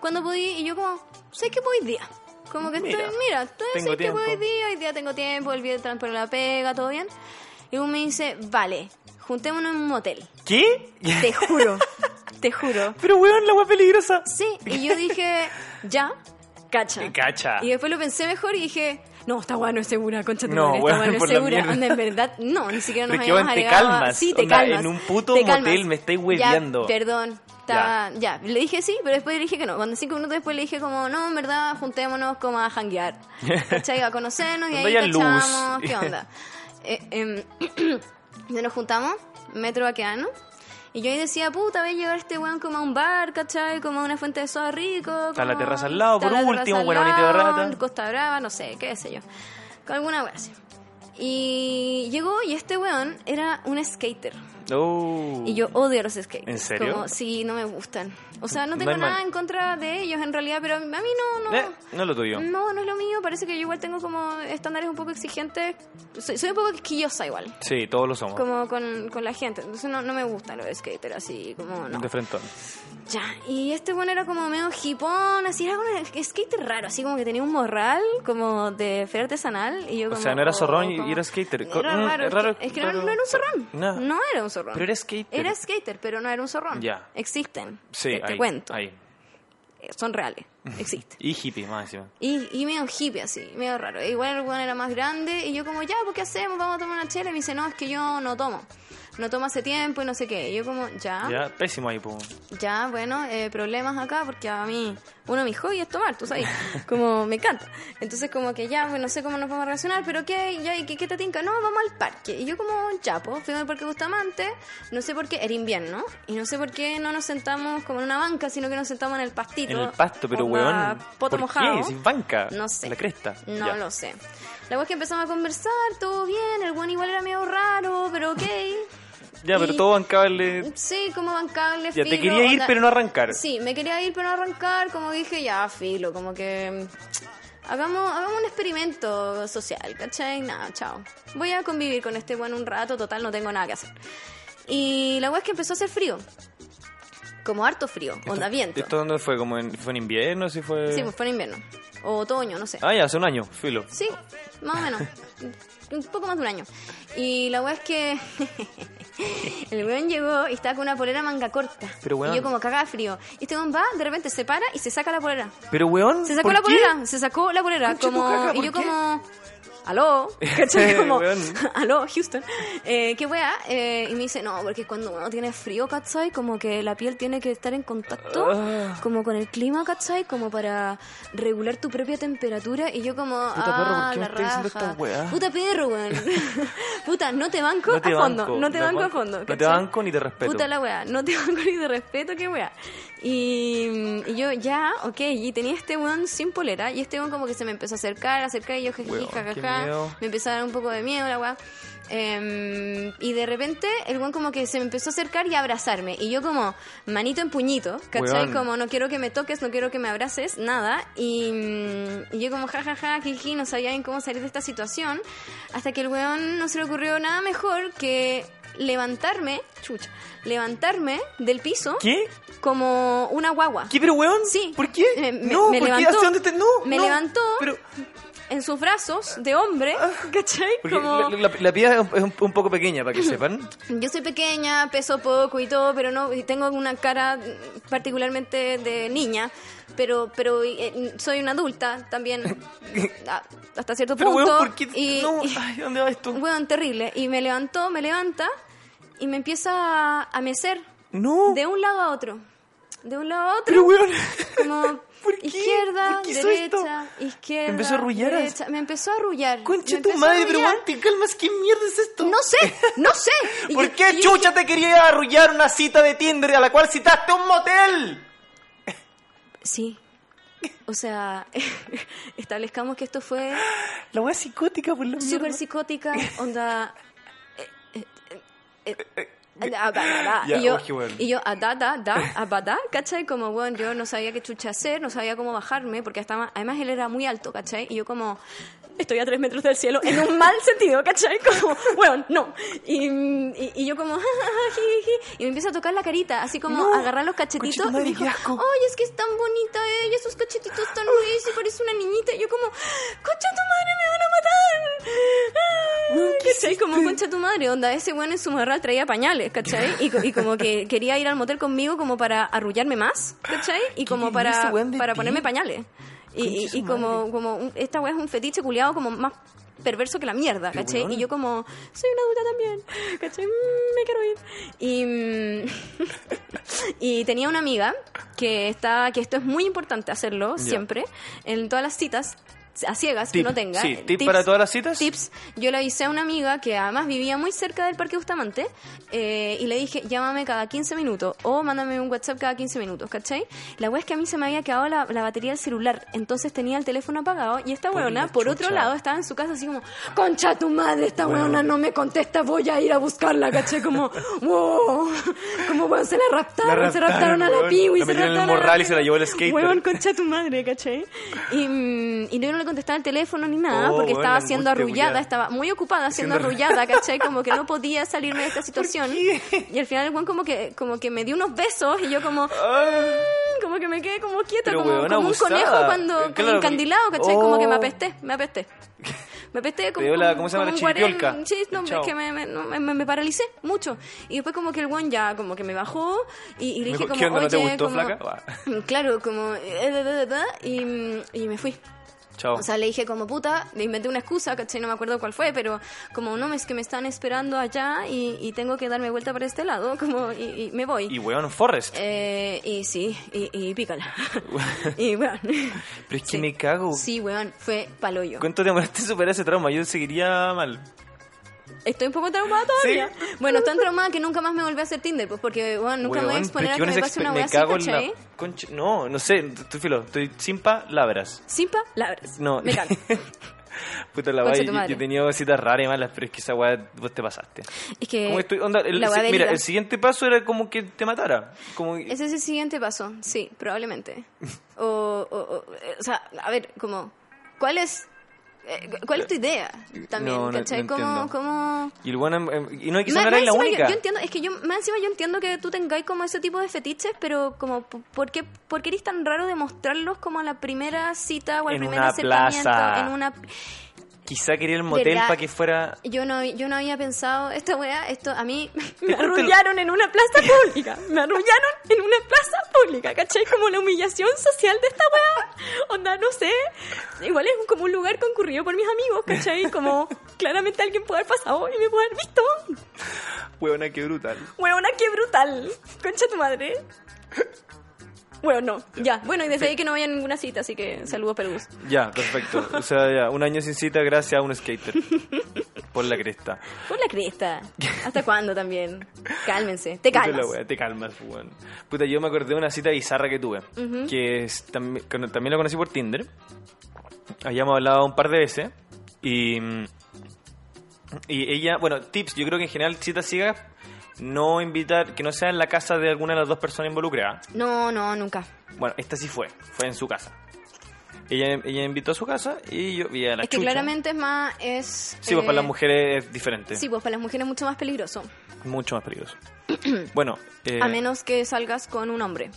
S3: cuando podí, y yo como, sé que voy día. Como que
S4: Mira,
S3: estoy, mira, estoy
S4: tengo
S3: sé que voy
S4: tiempo.
S3: día, hoy día tengo tiempo, el viernes por la pega, todo bien. Y uno me dice, vale, juntémonos en un motel.
S4: ¿Qué?
S3: Te juro, te juro.
S4: Pero weón, la weá peligrosa.
S3: Sí, y yo dije, ya, cacha.
S4: Cacha.
S3: Y después lo pensé mejor y dije, no, esta weá no es segura, concha tu
S4: No,
S3: madre,
S4: weón,
S3: esta weá no es
S4: por la
S3: segura.
S4: mierda.
S3: Onda, en verdad, no, ni siquiera nos
S4: Pero es que,
S3: habíamos
S4: weón, te
S3: agregado a-
S4: calmas,
S3: Sí, te
S4: onda,
S3: calmas.
S4: en un puto
S3: te
S4: motel
S3: calmas.
S4: me estáis
S3: Ya,
S4: hueveando.
S3: perdón. estaba- ya. le dije sí, pero después le dije que no. Cuando cinco minutos después le dije como, no, en verdad, juntémonos como a hanguear. ¿Cachai? A conocernos y
S4: Cuando
S3: ahí
S4: haya luz.
S3: cachamos, ¿qué onda? Eh, em, ya nos juntamos, metro vaqueano. Y yo ahí decía, puta, voy a llevar a este weón como a un bar, ¿cachai? Como a una fuente de soda rico. como-
S4: la terraza al lado,
S3: está
S4: por
S3: la
S4: último,
S3: terraza al
S4: buena bonita
S3: lado,
S4: barata.
S3: Costa Brava, no sé, qué sé yo. Con alguna wea así. Y llegó y este weón era un skater.
S4: Oh.
S3: Y yo odio a los skaters.
S4: ¿En serio?
S3: Como, sí, no me gustan. O sea, no
S4: No
S3: tengo
S4: hay
S3: nada
S4: mal.
S3: en contra de ellos en realidad, pero a mí no, no.
S4: Eh, no lo tuyo.
S3: No, no es lo mío. Parece que yo igual tengo como estándares un poco exigentes. Soy, soy un poco quisquillosa igual.
S4: Sí, todos lo somos.
S3: Como con, con la gente. Entonces no, no me gustan los skaters así, como no.
S4: De frente.
S3: Ya, y este bueno era como medio hipón, así era un skater raro, así como que tenía un morral como de feria artesanal. Y yo
S4: O
S3: como, oh,
S4: sea, no era zorrón y
S3: como- eh,
S4: era skater. Co-
S3: Era
S4: mm,
S3: raro,
S4: es raro,
S3: es que, es que no-
S4: raro.
S3: no era un zorrón.
S4: No.
S3: No. era un zorrón.
S4: Pero era skater.
S3: Era skater, pero no era un zorrón.
S4: Ya.
S3: Existen.
S4: Sí,
S3: te, te
S4: ahí,
S3: cuento.
S4: ahí.
S3: Eh, Son reales. Existen.
S4: Y hippie, más encima.
S3: Y, y medio hippie así, medio raro. Igual el weón era más grande y yo como, ya, pues ¿qué hacemos? Vamos a tomar una chela. Y me dice, no, es que yo no tomo. No tomo hace tiempo y no sé qué. Y yo como, ya.
S4: Ya, pésimo ahí, po.
S3: Ya, bueno, eh, problemas acá porque a mí, uno de mis hobbies es tomar, tú sabes, como me encanta. Entonces como que ya, pues no sé cómo nos vamos a relacionar, pero ¿qué, ya, ¿y ¿qué, qué te tinca? No, vamos al parque. Y yo como chapo, fuimos al parque Bustamante, no sé por qué, era invierno, y no sé por qué no nos sentamos como en una banca, sino que nos sentamos en el pastito.
S4: En el pasto, pero
S3: o
S4: weón.
S3: poto
S4: ¿Por
S3: mojado.
S4: qué? Si es banca.
S3: No sé.
S4: La cresta.
S3: No
S4: Ya.
S3: lo sé. La cosa es que empezamos a conversar, todo bien, el buen igual era medio raro, pero ok.
S4: Ya, pero
S3: Y-
S4: todo bancable.
S3: Sí, como bancable,
S4: Ya, te
S3: filo,
S4: quería ir,
S3: onda-
S4: pero no arrancar.
S3: Sí, me quería ir, pero no arrancar, como dije, ya, filo, como que... mm, Hagamos, hagamos un experimento social, ¿cachai? Nada, chao. Voy a convivir con este buen un rato, total, no tengo nada que hacer. Y la wea es que empezó a hacer frío. Como harto frío, onda viento.
S4: ¿Esto dónde fue? ¿Como en, ¿Fue en invierno? Si fue...
S3: Sí, pues fue en invierno. O otoño, no sé.
S4: Ah, ya, hace un año, filo.
S3: Sí, más o menos. un poco más de un año. Y la weá es que el weón llegó y estaba con una polera manga corta.
S4: Pero, weón.
S3: Y yo como cagada de frío. Y este weón va, de repente se para y se saca la polera.
S4: Pero, weón.
S3: Se sacó
S4: ¿por
S3: la
S4: qué?
S3: polera, se sacó la polera.
S4: Concha tu
S3: Como,
S4: caca,
S3: y
S4: ¿por
S3: yo
S4: qué?
S3: como... Aló, ¿cachai? Como,
S4: Weón.
S3: aló, Houston. Eh, ¿Qué weá? Eh, y me dice, no, porque cuando uno tiene frío, ¿cachai? Como que la piel tiene que estar en contacto,
S4: Ah.
S3: como con el clima, ¿cachai? Como para regular tu propia temperatura. Y yo como,
S4: Puta, perro,
S3: ah,
S4: ¿por qué me
S3: la
S4: estás diciendo
S3: raja.
S4: esta weá?
S3: Puta perro, weón. Puta, no te banco
S4: No te
S3: a fondo.
S4: banco,
S3: no te
S4: no
S3: banco a
S4: banco-
S3: fondo.
S4: no te
S3: ¿cachai?
S4: banco ni te respeto.
S3: Puta la weá. No te banco ni te respeto, qué weá. Y, y yo ya, ok, y tenía este weón sin polera. Y este weón como que se me empezó a acercar, a acercar. Y yo, jiji,
S4: Weón, qué miedo.
S3: jajaja. Me empezó a dar un poco de miedo la weá. Em, y de repente el weón como que se me empezó a acercar y a abrazarme. Y yo como manito en puñito, ¿cachai?
S4: Weón.
S3: Como no quiero que me toques, no quiero que me abraces, nada. Y, mm, y yo como jajaja, jiji, no sabía bien cómo salir de esta situación. Hasta que el weón no se le ocurrió nada mejor que levantarme, chucha, levantarme del piso
S4: ¿Qué?
S3: como una guagua.
S4: ¿Qué, pero, weón?
S3: Sí.
S4: ¿Por qué?
S3: Me- me-
S4: no,
S3: me
S4: ¿por qué?
S3: levantó.
S4: ¿Hacia dónde te.? No.
S3: Me
S4: no.
S3: levantó.
S4: Pero.
S3: En sus brazos de hombre, ¿cachai?
S4: Porque
S3: Como...
S4: la, la- la piedra es un, un poco pequeña, para que sepan.
S3: Yo soy pequeña, peso poco y todo, pero no y tengo una cara mm, particularmente de niña, pero pero eh, soy una adulta también a- hasta cierto
S4: Pero,
S3: punto.
S4: weón, ¿por qué?
S3: y,
S4: no,
S3: y-
S4: ay, ¿dónde va esto?
S3: weón, terrible. Y me levantó, me levanta y me empieza a mecer
S4: No.
S3: de un lado a otro, de un lado a otro.
S4: Pero, weón.
S3: Como
S4: ¿Por qué?
S3: izquierda,
S4: ¿Por qué hizo
S3: derecha, izquierda.
S4: ¿Te empezó a arrullar?
S3: derecha. Me empezó a arrullar.
S4: Concha
S3: me
S4: tu
S3: empezó a
S4: madre, pero,
S3: arrullar.
S4: weón, te calmas. ¿Qué mierda es esto?
S3: No sé, no sé. Y
S4: ¿Por
S3: yo-
S4: qué
S3: y yo
S4: chucha te quería arrullar una cita de Tinder a la cual citaste un motel?
S3: Sí. O sea, establezcamos que esto fue
S4: La wea psicótica, por la
S3: súper
S4: mierda.
S3: psicótica, onda... eh, eh, eh, eh, ah, da, da, da.
S4: Ya,
S3: y yo,
S4: oye, bueno.
S3: y yo, ah, da, da, da, ah, ba, da, ¿cachai? Como, bueno, yo no sabía qué chucha hacer, no sabía cómo bajarme, porque estaba, además él era muy alto, ¿cachai? Y yo como, estoy a tres metros del cielo, en un mal sentido, ¿cachai? Como, bueno, no. Y, y- y yo como, "Ja, ja, ja, ji, ji, ji", y me empieza a tocar la carita, así como
S4: No.
S3: agarrar los
S4: Conchita
S3: cachetitos y
S4: madre,
S3: me dijo,
S4: qué asco.
S3: ay, es que es tan bonita ella, sus cachetitos tan reyes y parece una niñita. Y yo como, concha tu madre, me van a matar. Ah, ¿Cachai? Como concha tu madre, onda, ese weón en su marral traía pañales, ¿cachai? Y, co- y como que quería ir al motel conmigo como para arrullarme más, ¿cachai? Y como
S4: ese
S3: para,
S4: weón de
S3: para
S4: ti?
S3: ponerme pañales. Y, y-
S4: Concha
S3: y
S4: su
S3: como, como un- esta weá es un fetiche culiado como más perverso que la mierda,
S4: Pero
S3: ¿cachai?
S4: weón.
S3: Y yo como, soy una adulta también, ¿cachai? Mm, Me quiero ir. Y, mm, y tenía una amiga que está, que esto es muy importante hacerlo
S4: Ya.
S3: siempre, en todas las citas, a ciegas que
S4: Tip,
S3: no tenga.
S4: sí, tip
S3: tips,
S4: para todas las citas.
S3: Tips. Yo le avisé a una amiga que además vivía muy cerca del Parque Bustamante eh, y le dije, llámame cada 15 minutos o mándame un WhatsApp cada 15 minutos, ¿cachai? La wea es que a mí se me había quedado la, la batería del celular, entonces tenía el teléfono apagado y esta
S4: Por
S3: weona,
S4: la
S3: por otro
S4: chucha.
S3: lado, estaba en su casa así como, concha tu madre, esta
S4: Weón.
S3: weona no me contesta, voy a ir a buscarla, ¿cachai? Como, wow, como weón, se la raptaron,
S4: La
S3: se
S4: raptaron,
S3: raptaron a la
S4: weón.
S3: piwi,
S4: La
S3: se
S4: metieron en el
S3: raptaron a
S4: morral y se la
S3: piwi.
S4: llevó el skater.
S3: Weón, concha tu madre, ¿cachai? Y, mm, y yo no le contestaba el teléfono ni nada,
S4: Oh,
S3: porque
S4: weón,
S3: estaba
S4: la
S3: siendo
S4: angustia,
S3: arrullada,
S4: culiao.
S3: estaba muy ocupada siendo
S4: Siendo
S3: arrullada, ¿cachai? Como que no podía salirme de esta situación. Y al final el weón como que, como que me dio unos besos y yo como,
S4: Ah,
S3: mm, como que me quedé como quieta,
S4: Pero,
S3: como,
S4: weón,
S3: como un
S4: abusada.
S3: conejo cuando
S4: Eh, claro,
S3: encandilado, ¿cachai?
S4: oh.
S3: Como que me apesté, me apesté. Me apesté como,
S4: dio la-
S3: como-
S4: ¿cómo se llama?
S3: como
S4: La
S3: un guarén.
S4: chiripiolca.
S3: Sí, no, es
S4: Chao.
S3: que me, me- no, me- me paralicé mucho. Y después como que el weón ya como que me bajó y, y le
S4: Dijo,
S3: dije como,
S4: "¿Qué onda, no te
S3: oye,
S4: gustó,
S3: como-
S4: flaca?" Buah.
S3: Claro, como, eh, da, da, da, da, y, mm, y me fui.
S4: Chao.
S3: O sea, le dije como puta, le inventé una excusa, ¿cachai? No me acuerdo cuál fue, pero como no, es que me están esperando allá y, y tengo que darme vuelta para este lado, como y, y me voy.
S4: y weón, Forrest.
S3: Eh, y sí, y, y pícala. y weón.
S4: Pero es que me cago.
S3: Sí, weón, fue paloyo.
S4: ¿Cuánto te demoraste en superar ese trauma? Yo seguiría mal.
S3: Estoy un poco traumada todavía. Bueno, tan traumada que nunca más me volví a hacer Tinder, pues porque bueno, nunca me voy a
S4: Weón,
S3: exponer a que
S4: pero
S3: me
S4: es que
S3: pase
S4: una
S3: una
S4: exper-
S3: weá
S4: me
S3: así,
S4: cago
S3: ¿cachai?
S4: en la concha. No, no sé, estoy filo, estoy sin palabras.
S3: Sin palabras.
S4: No.
S3: Me cago.
S4: Puta la
S3: Concha
S4: weá,
S3: tu
S4: yo, yo
S3: madre.
S4: he tenido citas raras y malas, pero es que esa weá vos te pasaste.
S3: Es que.
S4: Como que estoy- onda, el-
S3: la
S4: si-
S3: weá de
S4: mira,
S3: herida.
S4: el siguiente paso era como que te matara. Como,
S3: Ese es el siguiente paso, sí, probablemente. O, o, o, eh, o sea, a ver, como, ¿cuál es, eh, cu- cuál es tu idea también?
S4: No, no-
S3: ¿Cachai?
S4: no
S3: ¿Cómo-
S4: entiendo.
S3: cómo-
S4: y el weón, em, em, y no hay que
S3: Más-
S4: sonar
S3: más
S4: ahí la
S3: encima
S4: única.
S3: Yo, yo entiendo, es que yo, más encima yo entiendo que tú tengáis como ese tipo de fetiches, pero como, p- ¿por qué, por qué eres tan raro de mostrarlos como a la primera cita o al
S4: En
S3: primer
S4: una
S3: acercamiento?
S4: plaza.
S3: En una
S4: Quizá quería el motel
S3: Verdad.
S4: para que fuera.
S3: yo no, yo no había pensado, esta weá, esto a mí me
S4: Esto te lo-
S3: arrullaron en una plaza pública. Me arrullaron en una plaza pública, ¿cachai? Como la humillación social de esta weá. Onda, no sé. Igual es como un lugar concurrido por mis amigos, ¿cachai? Como claramente alguien puede haber pasado y me puede haber visto.
S4: Huevona, qué brutal.
S3: Weona, qué brutal. Concha tu madre. Bueno, no, ya. Bueno, y desde ahí que no vaya a ninguna cita, así que saludos, pelús.
S4: Ya, perfecto. O sea, ya, un año sin cita gracias a un skater. Por la cresta.
S3: Por la cresta. ¿Hasta cuándo también? Cálmense. Te
S4: Puta la
S3: calmas.
S4: wea, te calmas, weón. Puta, yo me acordé de una cita bizarra que tuve. Que es tam- que no- también la conocí por Tinder. Habíamos hablado un par de veces. Y. mm, Y ella, bueno, tips, yo creo que en general citas ciegas, no invitar, que no sea en la casa de alguna de las dos personas involucradas.
S3: No, no, nunca.
S4: Bueno, esta sí fue, fue en su casa. Ella, ella me invitó a su casa y yo vi a la
S3: Es que
S4: chucha.
S3: claramente es más. Es,
S4: Sí, pues
S3: eh,
S4: para las mujeres es diferente.
S3: Sí, pues para las mujeres es mucho más peligroso.
S4: Mucho más peligroso. bueno, eh,
S3: A menos que salgas con un hombre.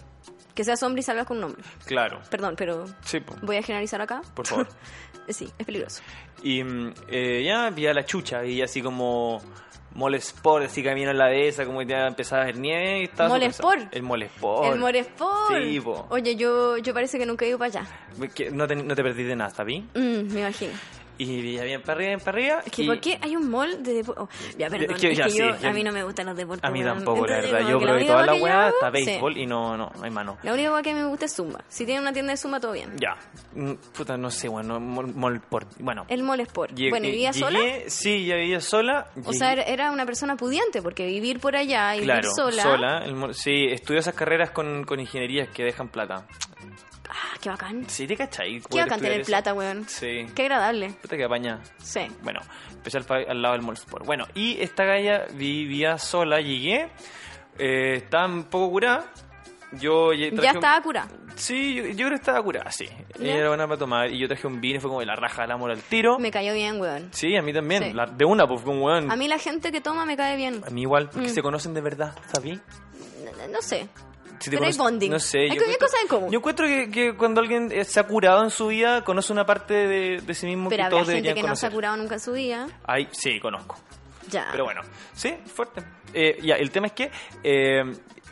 S3: Que seas hombre y salgas con un hombre.
S4: claro.
S3: Perdón, pero
S4: Sí, po,
S3: voy a generalizar acá. Eh,
S4: por favor.
S3: Sí, es peligroso.
S4: Y mm, eh, ya vi a la chucha y así como Molesport, así camino en la dehesa, como que ya empezaba a ver nieve y estaba...
S3: Molesport.
S4: sorpresa. El Molesport.
S3: El Moresport.
S4: Oh, Sí, po.
S3: Oye, yo, yo parece que nunca he ido para allá.
S4: Que No te, no te perdí de nada, ¿está bien?
S3: Mm, me imagino.
S4: Y vi ya bien para arriba, bien para arriba.
S3: Es que,
S4: y-
S3: ¿por qué hay un mall de deportes? ya, perdón.
S4: que ya
S3: es que
S4: sí,
S3: yo-
S4: ya-
S3: a mí no me gustan los deportes.
S4: A mí
S3: weón.
S4: tampoco, la
S3: Entonces,
S4: verdad.
S3: como
S4: Yo
S3: que
S4: creo que
S3: única
S4: toda la
S3: weá que yo
S4: weá
S3: hago-
S4: está
S3: sí.
S4: béisbol y no, no, no hay mano.
S3: La única weá que me gusta es Zumba. Si tiene una tienda de Zumba, todo bien.
S4: Ya. Mm, Puta, no sé, bueno, mol, Molesport. Bueno.
S3: El Molesport.
S4: Llegué-
S3: Eh, bueno, vivía sola.
S4: llegué- Sí, ya vivía sola.
S3: O sea,
S4: llegué-
S3: era- era una persona pudiente, porque vivir por allá y
S4: claro,
S3: vivir sola.
S4: el mo- sí, estudió esas carreras con, con ingenierías que dejan plata.
S3: Ah, qué bacán.
S4: Sí, te cachai.
S3: Qué
S4: poder
S3: bacán
S4: estudiar
S3: tener
S4: eso.
S3: plata, weón.
S4: Sí.
S3: Qué agradable.
S4: Puta que apaña.
S3: Sí.
S4: Bueno, empecé al, pa- al lado del Molesport. Bueno, y esta galla vivía sola, llegué. Eh, estaba un poco curada. Yo lle-
S3: Ya
S4: traje un-
S3: estaba curada.
S4: Sí, yo, yo creo que estaba curada, sí.
S3: Ya.
S4: Ella era buena para tomar y yo traje un vino, fue como de la raja del amor al tiro.
S3: Me cayó bien, weón.
S4: Sí, a mí también.
S3: Sí.
S4: la- de una, pues fue un weón.
S3: A mí Mm. la gente que toma me cae bien.
S4: A mí igual, porque se conocen de verdad, ¿sabí?
S3: No, no sé.
S4: Si
S3: Pero hay
S4: conoces-
S3: bonding.
S4: No sé.
S3: Hay
S4: yo
S3: co- hay
S4: encuentro-
S3: cosas en común.
S4: Yo encuentro que, que cuando alguien eh, se ha curado en su vida, conoce una parte de, de sí mismo
S3: Pero
S4: que
S3: habrá
S4: todos
S3: gente
S4: deberían
S3: que no se
S4: conocer.
S3: ha curado nunca en su vida.
S4: Ay, sí, conozco.
S3: Ya.
S4: Pero bueno, sí, fuerte. Eh, ya, el tema es que eh,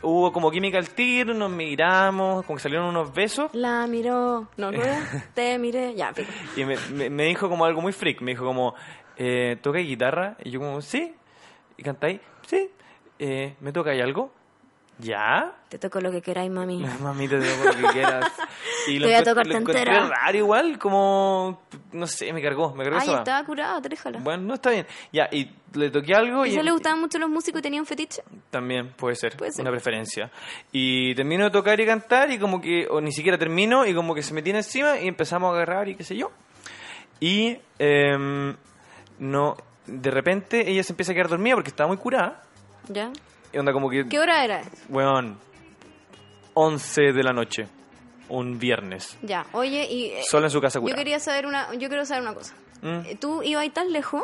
S4: hubo como química al tiro, nos miramos, como que salieron unos besos.
S3: La miró. No, no.
S4: Eh.
S3: te miré. Ya, pico.
S4: Y me, me- me dijo como algo muy freak. Me dijo como, eh, ¿toca guitarra? Y yo como, sí. ¿Y cantáis? Sí. Eh, ¿Me toca ahí algo? Ya.
S3: Te toco lo que queráis, mami.
S4: Mamita, te toco lo que quieras. Y
S3: Te voy a
S4: encont-
S3: tocar
S4: lo
S3: tu
S4: encontré
S3: entera.
S4: raro igual, como, no sé, me cargó, me cargó
S3: Ay,
S4: esa va.
S3: estaba curado, déjala.
S4: Bueno, no está bien. Ya, y le toqué algo y...
S3: Quizás le gustaban mucho los músicos y tenía un fetiche.
S4: También puede ser,
S3: Puede ser.
S4: una preferencia. Y termino de tocar y cantar y como que, o ni siquiera termino y como que se me tiene encima y empezamos a agarrar y qué sé yo. Y em, no, de repente ella se empieza a quedar dormida porque estaba muy curada.
S3: ¿Ya?
S4: Y onda como que,
S3: ¿Qué hora era?
S4: weón, 11 de la noche, un viernes,
S3: Ya. Oye, y. eh,
S4: sola en su casa
S3: yo
S4: curada.
S3: quería saber una. Yo quiero saber una cosa.
S4: Mm.
S3: Eh, Tú ibas tan lejos.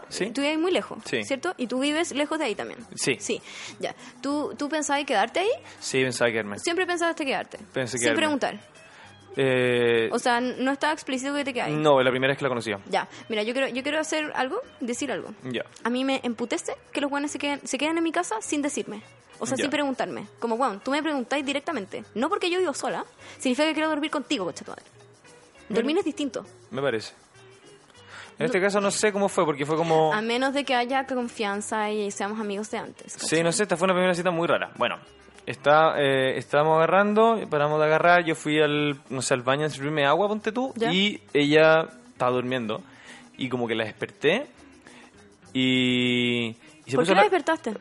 S3: ¿ya?
S4: sí.
S3: Tú ibas muy lejos,
S4: Sí.
S3: ¿cierto? Y tú vives lejos de ahí también.
S4: Sí.
S3: Sí, ya. ¿Tú, tú pensabas quedarte ahí?
S4: Sí, pensaba quedarme.
S3: Siempre pensaste quedarte.
S4: Pensé
S3: Sin
S4: quedarme.
S3: preguntar.
S4: Eh,
S3: O eh. sea, no estaba explícito que te quedáis.
S4: no, la primera vez que la conocía.
S3: Ya. Mira, yo quiero, yo quiero hacer algo, decir algo.
S4: Ya.
S3: A mí me emputece que los guanes se queden, se queden en mi casa sin decirme. O sea,
S4: Ya.
S3: sin preguntarme. Como, guau, tú me preguntáis directamente. No porque yo vivo sola, significa que quiero dormir contigo, coche tu madre. Dormir es distinto.
S4: Me parece. En este caso no sé cómo fue, porque fue como...
S3: A menos de que haya confianza y seamos amigos de antes.
S4: Sí,
S3: ¿cachai?
S4: no sé, esta fue una primera cita muy rara. Bueno, está, eh, estábamos agarrando, paramos de agarrar, yo fui al, no sé, al baño a servirme agua, ponte tú,
S3: Ya.
S4: y ella estaba durmiendo. Y como que la desperté, Y, y se
S3: ¿Por
S4: puso
S3: qué la
S4: la-
S3: despertaste?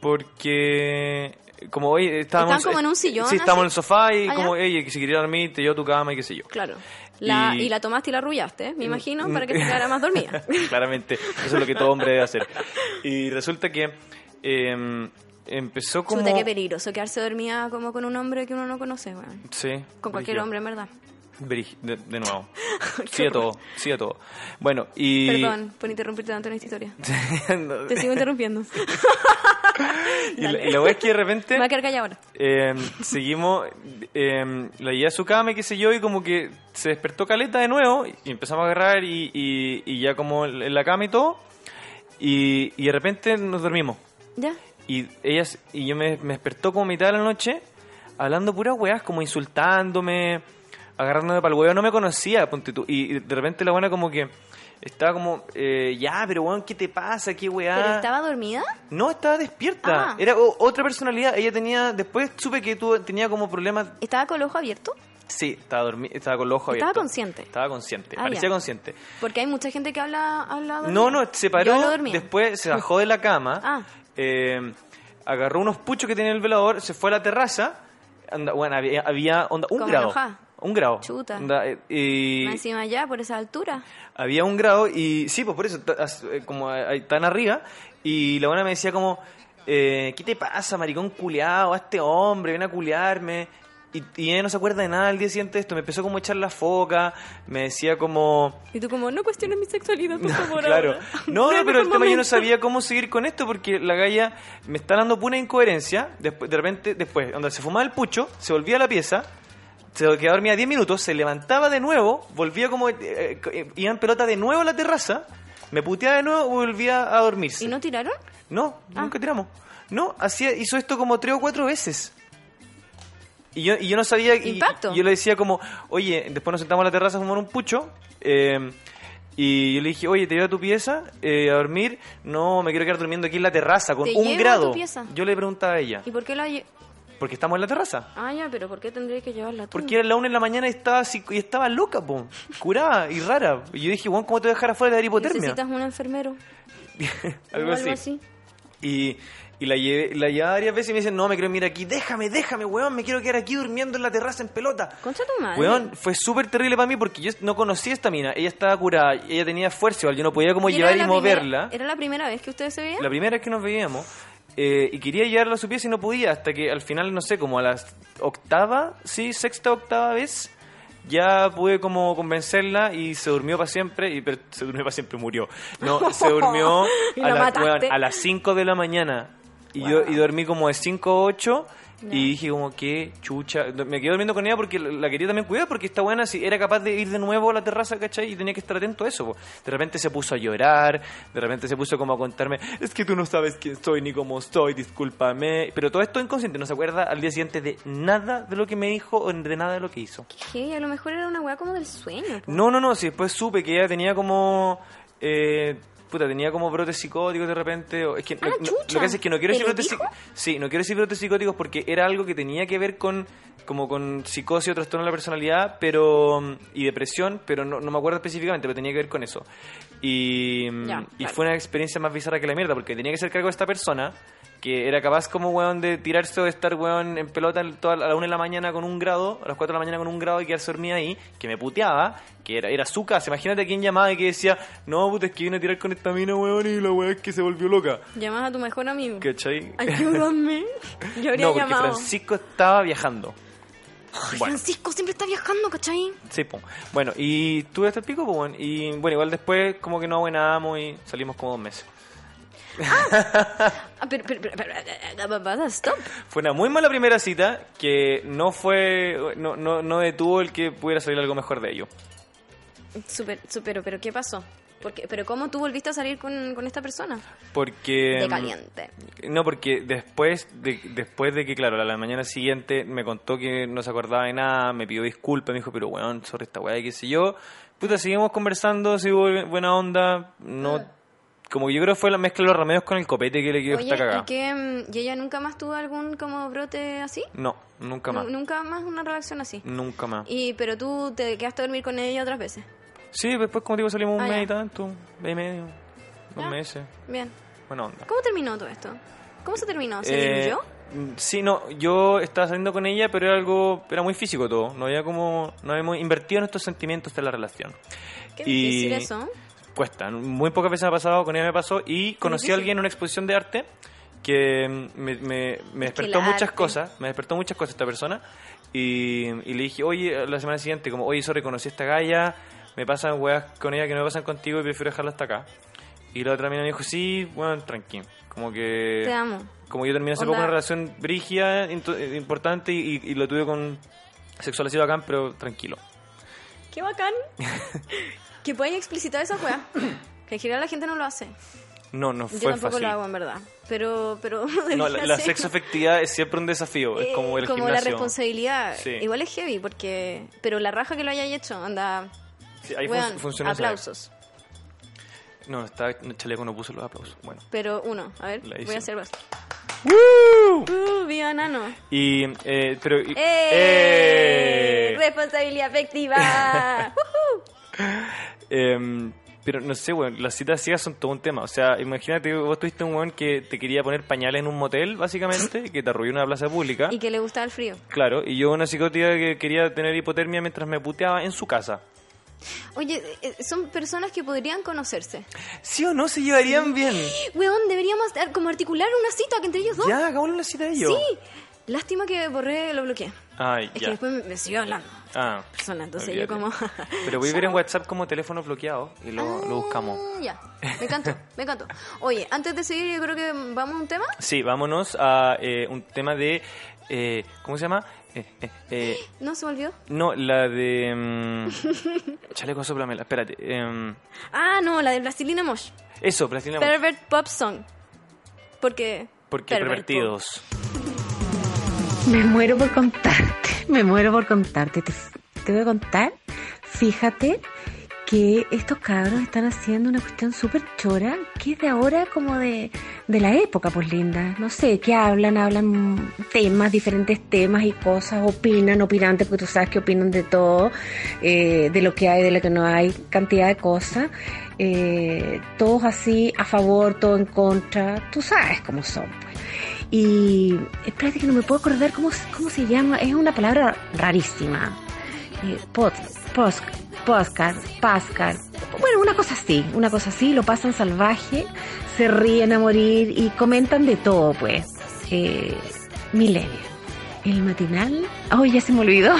S4: Porque como hoy estábamos eh,
S3: Estaban como en un sillón,
S4: Sí, estábamos
S3: así.
S4: en el sofá y
S3: Ah,
S4: como,
S3: ya.
S4: oye, que si quería dormir, te llevo a tu cama y qué sé yo.
S3: Claro. La,
S4: Y- Mm,
S3: y... la tomaste y la arrullaste, ¿eh? me imagino, para que te quedara más dormida.
S4: Claramente, eso es lo que todo hombre debe hacer. Y resulta que em, empezó como...
S3: Chuta, qué peligroso quedarse dormida como con un hombre que uno no conoce, weón.
S4: Sí.
S3: Con cualquier
S4: brígido.
S3: hombre, en verdad.
S4: Brígido, De, de nuevo.
S3: Qué
S4: Sí a todo, sí a todo. Bueno, y...
S3: Perdón por interrumpirte tanto en esta historia.
S4: No.
S3: Te sigo interrumpiendo.
S4: y la, y la wea es que de
S3: Me
S4: repente...
S3: voy a quedar callada ahora.
S4: em, seguimos, em, la llevé a su cama y qué sé yo, y como que se despertó caleta de nuevo, y empezamos a agarrar y, y- y ya como en la cama y todo, y, y de repente nos dormimos.
S3: ¿Ya?
S4: Y ella s- y yo me, me despertó como a mitad de la noche, hablando puras weas, como insultándome, agarrándome para el huevo, no me conocía, ponte tú. Y, y de repente la buena como que estaba como, eh, ya, pero weón, ¿qué te pasa? ¿Qué weá?
S3: ¿Pero estaba dormida?
S4: No, estaba despierta.
S3: Ah.
S4: Era o- otra personalidad. Ella tenía. Después supe que tuvo, tenía como problemas.
S3: ¿Estaba con el ojo abierto?
S4: Sí, estaba dormi- estaba con los ojos
S3: Estaba
S4: abiertos.
S3: consciente.
S4: Estaba consciente.
S3: Ah, ya.
S4: parecía consciente.
S3: Porque hay mucha gente que habla, habla dormida.
S4: No, no, se
S3: Ah, Yo hablo
S4: paró.
S3: dormida.
S4: Después se bajó de la cama.
S3: Ah.
S4: eh, agarró unos puchos que tenía en el velador. Se fue a la terraza. anda- bueno, había, había, onda, un
S3: Como
S4: grado.
S3: enojada.
S4: Un grado.
S3: Chuta.
S4: Onda, eh, y
S3: Más encima ya, por esa altura.
S4: había un grado y sí, pues por eso, ta- as- eh, como a- ahí tan arriba, y la buena me decía como, eh, ¿qué te pasa, maricón culeado? A este hombre, ven a culearme. Y, y ella no se acuerda de nada el día siguiente de esto, me empezó como a echar la foca, me decía como...
S3: Y tú como, no cuestiones mi sexualidad, por favor.
S4: Claro.
S3: ahora.
S4: No,
S3: es
S4: no, pero
S3: mejor
S4: el tema yo no
S3: momento.
S4: sabía cómo seguir con esto porque la galla me está dando pura incoherencia. Después, de repente, después, onda, se fumaba el pucho, se volvía a la pieza, se quedaba dormida 10 minutos, se levantaba de nuevo, volvía como. eh, eh, iba en pelota de nuevo a la terraza, me puteaba de nuevo, volvía a dormirse.
S3: ¿Y no tiraron?
S4: No,
S3: Ah.
S4: nunca tiramos. No, hacía, hizo esto como tres o cuatro veces. Y yo, y yo no sabía. y-
S3: Impacto.
S4: y yo le decía como, oye, después nos sentamos a la terraza a fumar un pucho. eh, y yo le dije, oye, te llevo a tu pieza eh, a dormir. No, me quiero quedar durmiendo aquí en la terraza con
S3: ¿Te
S4: un
S3: llevo a
S4: grado.
S3: tu pieza?
S4: Yo le preguntaba a ella,
S3: ¿Y por qué la... lle-
S4: porque estamos en la terraza.
S3: Ah, ya, pero ¿por qué tendría que llevarla tú?
S4: Porque era la una de la mañana y estaba, así- y estaba loca, po, curada y rara. Y yo dije, bueno, ¿cómo te voy a dejar afuera de la hipotermia?
S3: Necesitas un enfermero. o
S4: algo así. Y, y la, llevé, la llevaba varias veces y me dicen, no, me quiero ir aquí, déjame, déjame, weón, me quiero quedar aquí durmiendo en la terraza en pelota.
S3: Concha tu madre.
S4: Weón, fue súper terrible para mí porque yo no conocía esta mina, ella estaba curada, ella tenía fuerza, igual, yo no podía como
S3: ¿Y era
S4: llevar y
S3: la
S4: moverla.
S3: primera- ¿Era la primera vez que ustedes se veían?
S4: La primera vez que nos veíamos eh, y quería llevarla a su pieza y no podía, hasta que al final, no sé, como a la octava, sí, sexta, octava vez, ya pude como convencerla y se durmió para siempre, y pero se durmió para siempre, murió. No, se durmió
S3: Y
S4: a,
S3: la
S4: la-
S3: mataste.
S4: weón, a las 5 de la mañana y, yo, y dormí como de 5 a 8. Y dije como, qué chucha. Me quedé durmiendo con ella porque la- la quería también cuidar, porque esta buena si era capaz de ir de nuevo a la terraza, ¿cachai? Y tenía que estar atento a eso. po. De repente se puso a llorar, de repente se puso como a contarme, es que tú no sabes quién soy ni cómo soy, discúlpame. Pero todo esto inconsciente, no se acuerda al día siguiente de nada de lo que me dijo o de nada de lo que hizo.
S3: ¿Qué? A lo mejor era una weá como del sueño. po.
S4: No, no, no, si después supe que ella tenía como... eh, puta, tenía como brotes psicóticos de repente. o- Es que,
S3: Ah,
S4: lo, no-
S3: chucha.
S4: lo que hace es que no quiero
S3: ¿Te
S4: decir
S3: lo
S4: brotes
S3: dijo?
S4: psicóticos. Sí, no quiero decir brotes psicóticos porque era algo que tenía que ver con como con psicosis o trastorno de la personalidad pero y depresión, pero no, no me acuerdo específicamente, pero tenía que ver con eso. Y,
S3: Ya,
S4: y
S3: claro.
S4: fue una experiencia más bizarra que la mierda, porque tenía que ser cargo de esta persona que era capaz como weón de tirarse o de estar weón en pelota en toda- a la una de la mañana con un grado, a las 4 de la mañana con un grado y quedarse dormida ahí, que me puteaba, que era, era su casa, imagínate a quién llamaba y que decía, no puta es que vine a tirar con esta mina weón y la weón es que se volvió loca.
S3: Llamas a tu mejor amigo.
S4: ¿Cachai?
S3: Ayúdame. Yo habría
S4: No, porque
S3: llamado.
S4: Francisco estaba viajando.
S3: Ay,
S4: Bueno.
S3: Francisco siempre está viajando, ¿cachai?
S4: Sí, po. Bueno, y tuve hasta el pico, po, weón. Y bueno, igual después como que no abuenamos y salimos como dos meses.
S3: Ah, pero, pero, pero, pero, pero, pero, pero, stop.
S4: Fue una muy mala primera cita que no fue, no, no, no detuvo el que pudiera salir algo mejor de ello.
S3: Súper, súper, pero ¿qué pasó? Porque, pero ¿cómo tú volviste a salir con, con esta persona?
S4: Porque...
S3: De
S4: mm,
S3: caliente.
S4: No, porque después de, después de que, claro, a la mañana siguiente me contó que no se acordaba de nada, me pidió disculpas, me dijo, pero weón, sobre esta weá, y qué sé yo. Puta, seguimos conversando, sí, bu- buena onda, no... Como que yo creo que fue la mezcla de los remedios con el copete que le quedó esta
S3: Ah. Oye,
S4: cagada.
S3: ¿y, qué, mm, ¿y ella nunca más tuvo algún como brote así?
S4: No, nunca más.
S3: Nu- Nunca más una relación así.
S4: Nunca más.
S3: Y, pero tú te quedaste a dormir con ella otras veces.
S4: Sí, después, como digo, salimos un
S3: Ah,
S4: mes
S3: ya.
S4: y tanto, mes y medio. dos
S3: Ya.
S4: meses.
S3: Bien.
S4: Buena onda.
S3: ¿Cómo terminó todo esto? ¿Cómo se terminó? ¿Ah, ¿Se
S4: Eh,
S3: diluyó?
S4: mm, Sí, no, yo estaba saliendo con ella, pero era algo, era muy físico todo. No había como, no habíamos invertido en nuestros sentimientos de la relación.
S3: Qué
S4: y-
S3: difícil eso.
S4: Cuesta, muy pocas veces me ha pasado, con ella me pasó y conocí
S3: difícil.
S4: a alguien en una exposición de arte que mm, me, me- me
S3: Es que
S4: despertó
S3: el
S4: muchas
S3: arte.
S4: cosas, me despertó muchas cosas esta persona y, y le dije, oye, la semana siguiente, como, oye, sorry, conocí a esta galla, me pasan weas con ella que no me pasan contigo y prefiero dejarla hasta acá. Y la otra mina me dijo, sí, bueno, tranqui, como que
S3: Te amo.
S4: como yo terminé hace
S3: Onda-
S4: poco una relación brígida, into- eh, importante, y, y lo tuve con sexual así bacán, pero tranquilo.
S3: Qué bacán. que puedan explicitar esa weá. Que en general la gente no lo hace.
S4: No, no
S3: Yo
S4: fue
S3: tampoco
S4: fácil.
S3: lo hago, en verdad. Pero, pero
S4: No, la, la
S3: sexo
S4: sexoafectividad es siempre un desafío, es como el
S3: Eh, como la
S4: gimnasio.
S3: responsabilidad.
S4: Sí.
S3: Igual es heavy, porque. Pero la raja que lo hayáis hecho, anda.
S4: Sí, ahí fun-
S3: weón,
S4: funcionó esa vez.
S3: aplausos.
S4: No, no está, el chaleco no puso los aplausos. Bueno.
S3: Pero uno, a ver,
S4: La
S3: voy
S4: hice.
S3: a hacer más. ¡Uh! ¡Viva Nano!
S4: Y, eh, pero... y-
S3: ¡Eh!
S4: ¡Eh!
S3: ¡Responsabilidad afectiva!
S4: Em, pero no sé, weón, las citas ciegas son todo un tema. O sea, imagínate, vos tuviste un weón que te quería poner pañales en un motel, básicamente, que te arruinó una plaza pública.
S3: y que le gusta el frío.
S4: Claro, y yo una psicótica que quería tener hipotermia mientras me puteaba en su casa.
S3: Oye, eh, son personas que podrían conocerse.
S4: ¿Sí o no se llevarían bien?
S3: Weón, deberíamos ar- como articular una cita que entre ellos dos.
S4: Ya, hagámosle una cita de ellos.
S3: Sí. Lástima que borré, lo bloqueé.
S4: Ay,
S3: Es
S4: Ah, ya.
S3: que después me, me siguió hablando.
S4: Ah.
S3: Persona, entonces
S4: olvídate.
S3: yo como.
S4: Pero voy a ver en WhatsApp como teléfono bloqueado y lo,
S3: Ah,
S4: lo buscamos.
S3: Ya, me encantó, me encantó. Oye, antes de seguir, yo creo que vamos a un tema.
S4: Sí, vámonos a eh, un tema de... eh, ¿Cómo se llama? Eh, eh, eh,
S3: No se me olvidó.
S4: no, la de... mm, chaleco, soplamela. Espérate. em,
S3: Ah, no, la de Brasilina Mosh.
S4: eso, plastilina.
S3: Pervert Pop Song. Porque.
S4: porque
S3: pervert pop.
S4: pervertidos.
S1: Me muero por contarte, me muero por contarte. Te, te voy a contar, fíjate que estos cabros están haciendo una cuestión súper chora, que es de ahora como de, de la época, pues linda. No sé, que hablan, hablan temas, diferentes temas y cosas, opinan, opinantes, porque tú sabes que opinan de todo, eh, de lo que hay, de lo que no hay, cantidad de cosas. eh, todos así, a favor, todo en contra, tú sabes cómo son. Pues. Y espérate que no me puedo acordar cómo, se- cómo se llama. Es una palabra rarísima. Eh, pod, post, postcard, pascar. Bueno, una cosa así, una cosa así. Lo pasan salvaje, se ríen a morir y comentan de todo, pues. Eh, Milenio. El matinal. Oh, ya se me olvidó.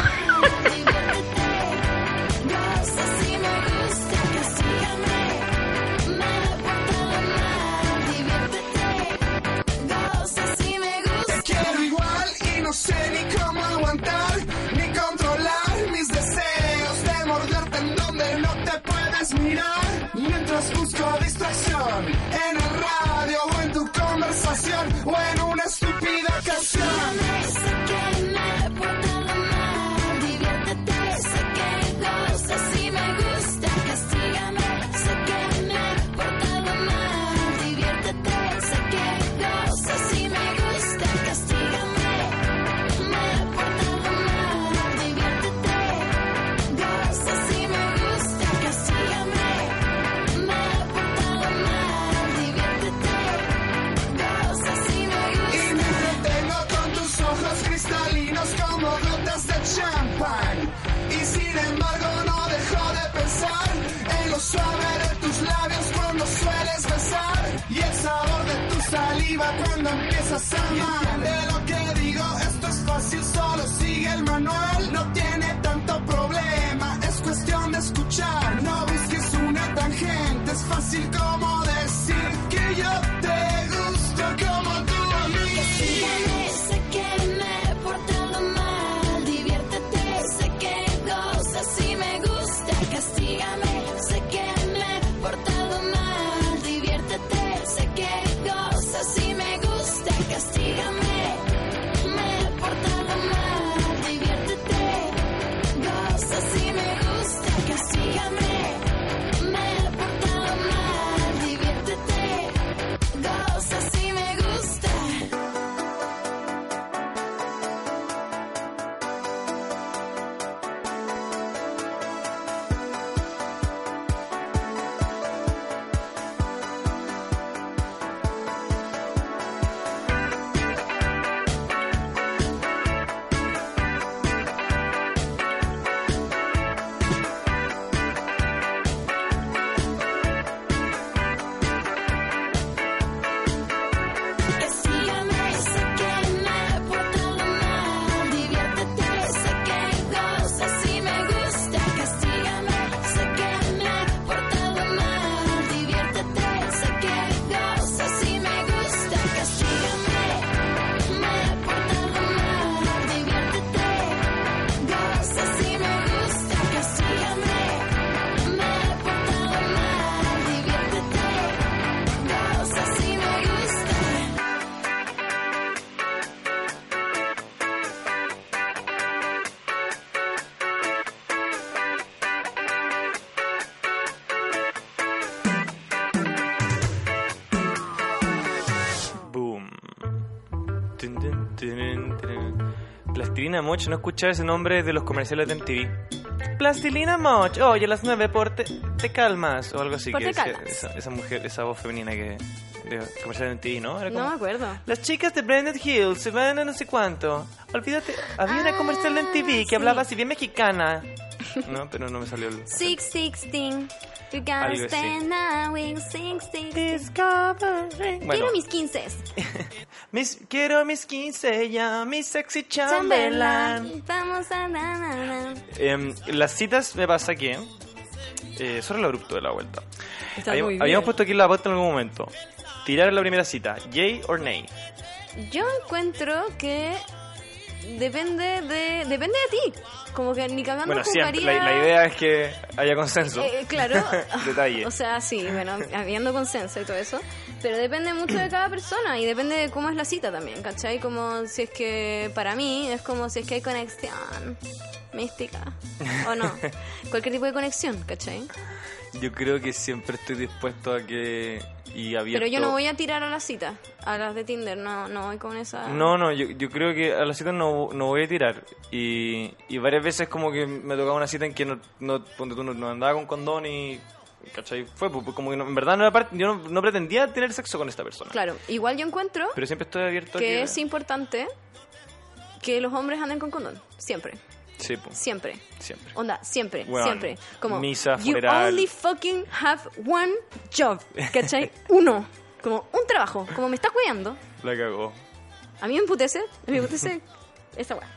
S6: Te quiero igual y no sé ni cómo aguantar ni controlar mis deseos de morderte en donde no te puedes mirar. Mientras busco distracción en el radio o en tu conversación o en una estúpida canción. Y me detengo con tus ojos cristalinos como gotas de champán. Y sin embargo no dejo de pensar en lo suave de tus labios cuando sueles besar. Y el sabor de tu saliva cuando empiezas a amar. De lo que digo, esto es fácil, solo sigue el manual. No tiene tanto problema, es cuestión de escuchar. No busques una tangente, es fácil como decir que yo te gusto como tú a mí.
S7: Sígueme, me he portado mal.
S4: Plastilina Moch no escuchaba ese nombre de los comerciales de MTV. Plastilina Moch, oye, a las 9 por te, te calmas, o algo así.
S3: Por
S4: que
S3: te
S4: decía
S3: calmas.
S4: esa, esa mujer, esa voz femenina que de comerciales de MTV, ¿no? Era como,
S3: No me acuerdo.
S4: Las chicas de Brandon Hills se van a no sé cuánto. Olvídate, había una
S3: Ah,
S4: comercial de MTV que
S3: sí.
S4: hablaba así bien mexicana. No, pero no me salió el...
S3: Six sixteen. You gotta
S4: Algo así.
S3: stand now with six sixteen.
S4: Discovery. Bueno,
S3: Quiero mis quince.
S4: mis, quiero mis 15 ya, mi sexy Chamberlain.
S3: Chamberlain. Vamos a na, na, na.
S4: Em, las citas me pasa que... Eh, sobre el abrupto de la vuelta.
S1: Está
S4: Habíamos-
S1: muy bien.
S4: Habíamos puesto aquí la vuelta en algún momento. Tirar en la primera cita, yay or nay.
S3: Yo encuentro que depende de depende de ti. Como que ni cagando
S4: Bueno, siempre. La,
S3: jugaría-
S4: la idea es que haya consenso.
S3: Eh, claro.
S4: Detalle.
S3: O sea, sí, bueno, habiendo consenso y todo eso. Pero depende mucho de cada persona y depende de cómo es la cita también, ¿cachai? Como si es que, para mí, es como si es que hay conexión mística o no. Cualquier tipo de conexión, ¿cachai?
S4: Yo creo que siempre estoy dispuesto a que. Y abierto.
S3: Pero yo no voy a tirar a las citas, a las de Tinder, no, no voy con esa...
S4: No, no, yo, yo creo que a las citas no, no voy a tirar. Y, y varias veces, como que me tocaba una cita en que no, no, ponte tú, no, no andaba con condón y. ¿Cachai? Fue, pues, como que no- en verdad no era parte- yo no, no pretendía tener sexo con esta persona.
S3: Claro, igual yo encuentro
S4: Pero siempre estoy abierto a
S3: que
S4: que.
S3: es importante que los hombres anden con condón, siempre,
S4: Sí, pues,
S3: siempre.
S4: siempre.
S3: Onda, siempre,
S4: Weón,
S3: siempre. Como,
S4: misa,
S3: you
S4: funeral.
S3: only fucking have one job, ¿cachai? Uno. Como un trabajo. Como me estás cuidando.
S4: La cagó.
S3: A mí me emputece, me emputece esta weá.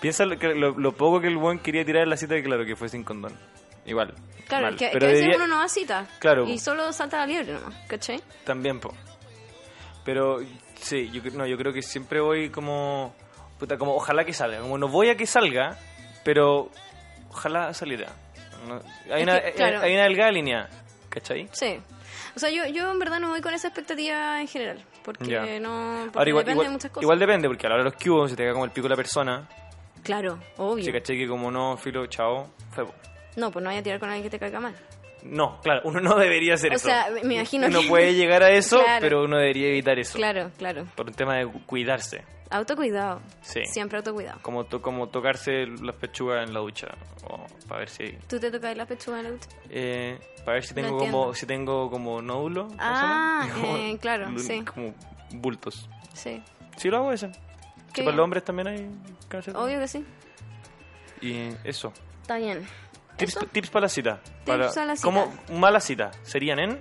S4: Piensa lo, que- lo, lo poco que el buen quería tirar en la cita, que claro, que fue sin condón. Igual.
S3: Claro,
S4: mal.
S3: que,
S4: Pero
S3: que a veces
S4: debería-
S3: uno no va a cita.
S4: Claro.
S3: Y solo salta la liebre nomás, ¿cachai?
S4: También, po. Pero sí, yo, cre- no, yo creo que siempre voy como. Puta, como ojalá que salga. Como no voy a que salga, pero ojalá saliera. No-
S3: Es
S4: hay, una,
S3: que,
S4: eh,
S3: claro.
S4: hay una delgada línea, ¿cachai?
S3: Sí. O sea, yo, yo en verdad no voy con esa expectativa en general. Porque
S4: Ya.
S3: no. Porque
S4: Ahora,
S3: depende de muchas cosas.
S4: igual depende, porque a la hora de los cubos se te cae como el pico la persona.
S3: Claro, obvio.
S4: Sí, ¿cachai? Que como no, filo, chao, fue po.
S3: No, pues no vaya a tirar con alguien que te caiga mal.
S4: No, claro, uno no debería hacer
S3: O
S4: eso.
S3: sea, me imagino
S4: Uno
S3: que-
S4: puede llegar a eso,
S3: Claro.
S4: pero uno debería evitar eso.
S3: Claro, claro.
S4: Por un tema de cu- cuidarse.
S3: Autocuidado.
S4: Sí.
S3: Siempre autocuidado.
S4: Como, to- como tocarse las pechugas en la ducha. O para ver si.
S3: ¿Tú te tocas las pechugas en la ducha?
S4: Eh, para ver si tengo
S3: No
S4: como
S3: entiendo.
S4: si tengo como nódulo. ¿cómo se
S3: Ah,
S4: llama? Como-
S3: eh, claro,
S4: lu-
S3: sí.
S4: Como bultos.
S3: Sí.
S4: Sí lo hago eso.
S3: Qué
S4: Que para
S3: bien.
S4: los hombres también hay cáncer.
S3: Obvio que sí.
S4: Y eso.
S3: Está bien.
S4: Tips,
S3: ¿Eso?
S4: tips para la cita. para,
S3: a la cita.
S4: Como mala cita. ¿Serían en?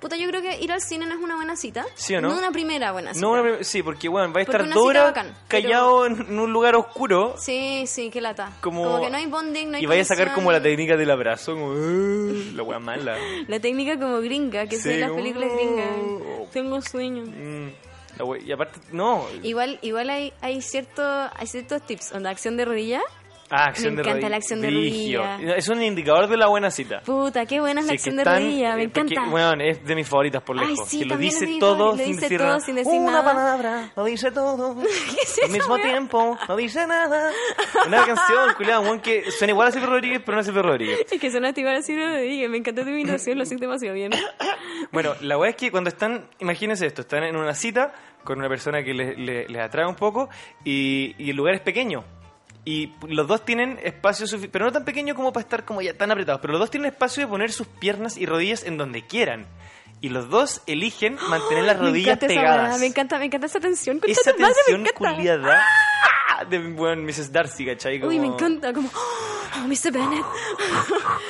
S3: Puta, yo creo que ir al cine no es una buena cita.
S4: ¿Sí o no?
S3: una primera buena cita.
S4: No, una prim- sí, porque bueno, va a
S3: Porque
S4: estar
S3: una
S4: dos
S3: cita
S4: horas
S3: bacán,
S4: callado en, en un lugar oscuro.
S3: Sí, sí, qué lata.
S4: Como-
S3: Como, que no hay bonding, no hay
S4: y vaya a sacar
S3: conexión.
S4: como la técnica del abrazo, como "Ah", la wea mala.
S3: La técnica como gringa, que
S4: Sí, uh.
S3: se ve en las
S4: como-
S3: películas gringas. Tengo sueño.
S4: Mm, la wea- y aparte, no. ah,
S3: Igual, igual hay, hay, cierto, hay ciertos tips. Onda, acción de rodilla.
S4: Ah, acción
S3: me
S4: de
S3: encanta
S4: rodilla.
S3: la acción de
S4: Brigio.
S3: rodilla.
S4: Es un indicador de la buena cita.
S3: Puta, qué buena es
S4: Sí,
S3: la
S4: que
S3: acción de
S4: están-
S3: rodilla. Me
S4: eh, porque,
S3: encanta.
S4: weón, es de mis favoritas por
S3: Ay,
S4: lejos.
S3: sí,
S4: que lo
S3: también es
S4: dice
S3: de mis
S4: todo,
S3: favoritas, lo
S4: sin,
S3: dice
S4: decir
S3: todo,
S4: nada.
S3: sin decir
S4: Una
S3: nada.
S4: palabra, lo dice todo.
S3: es
S4: Al
S3: esa
S4: mismo
S3: weá?
S4: tiempo, no dice nada. Una canción, culiado, weón, que suena igual a Silvio Rodríguez, pero no es Silvio Rodríguez.
S3: Es que son activar así de rodilla. Me encanta tu imitación, lo haces demasiado bien.
S4: Bueno, la weá es que cuando están, imagínense esto, están en una cita con una persona que le- le- les, atrae un poco y, y el lugar es pequeño. Y los dos tienen espacio suficiente, pero no tan pequeño como para estar como ya tan apretados, pero los dos tienen espacio de poner sus piernas y rodillas en donde quieran. Y los dos eligen mantener las
S3: Me
S4: rodillas
S3: encanta esa weá,
S4: pegadas.
S3: Me encanta, me encanta esa tensión. Concha
S4: Esa
S3: tu madre, me
S4: tensión
S3: encanta.
S4: culiada ¡ah! de bueno, Mrs. Darcy, ¿cachai?
S3: Uy, me
S4: Como-
S3: encanta, como, oh, Mr. Bennett,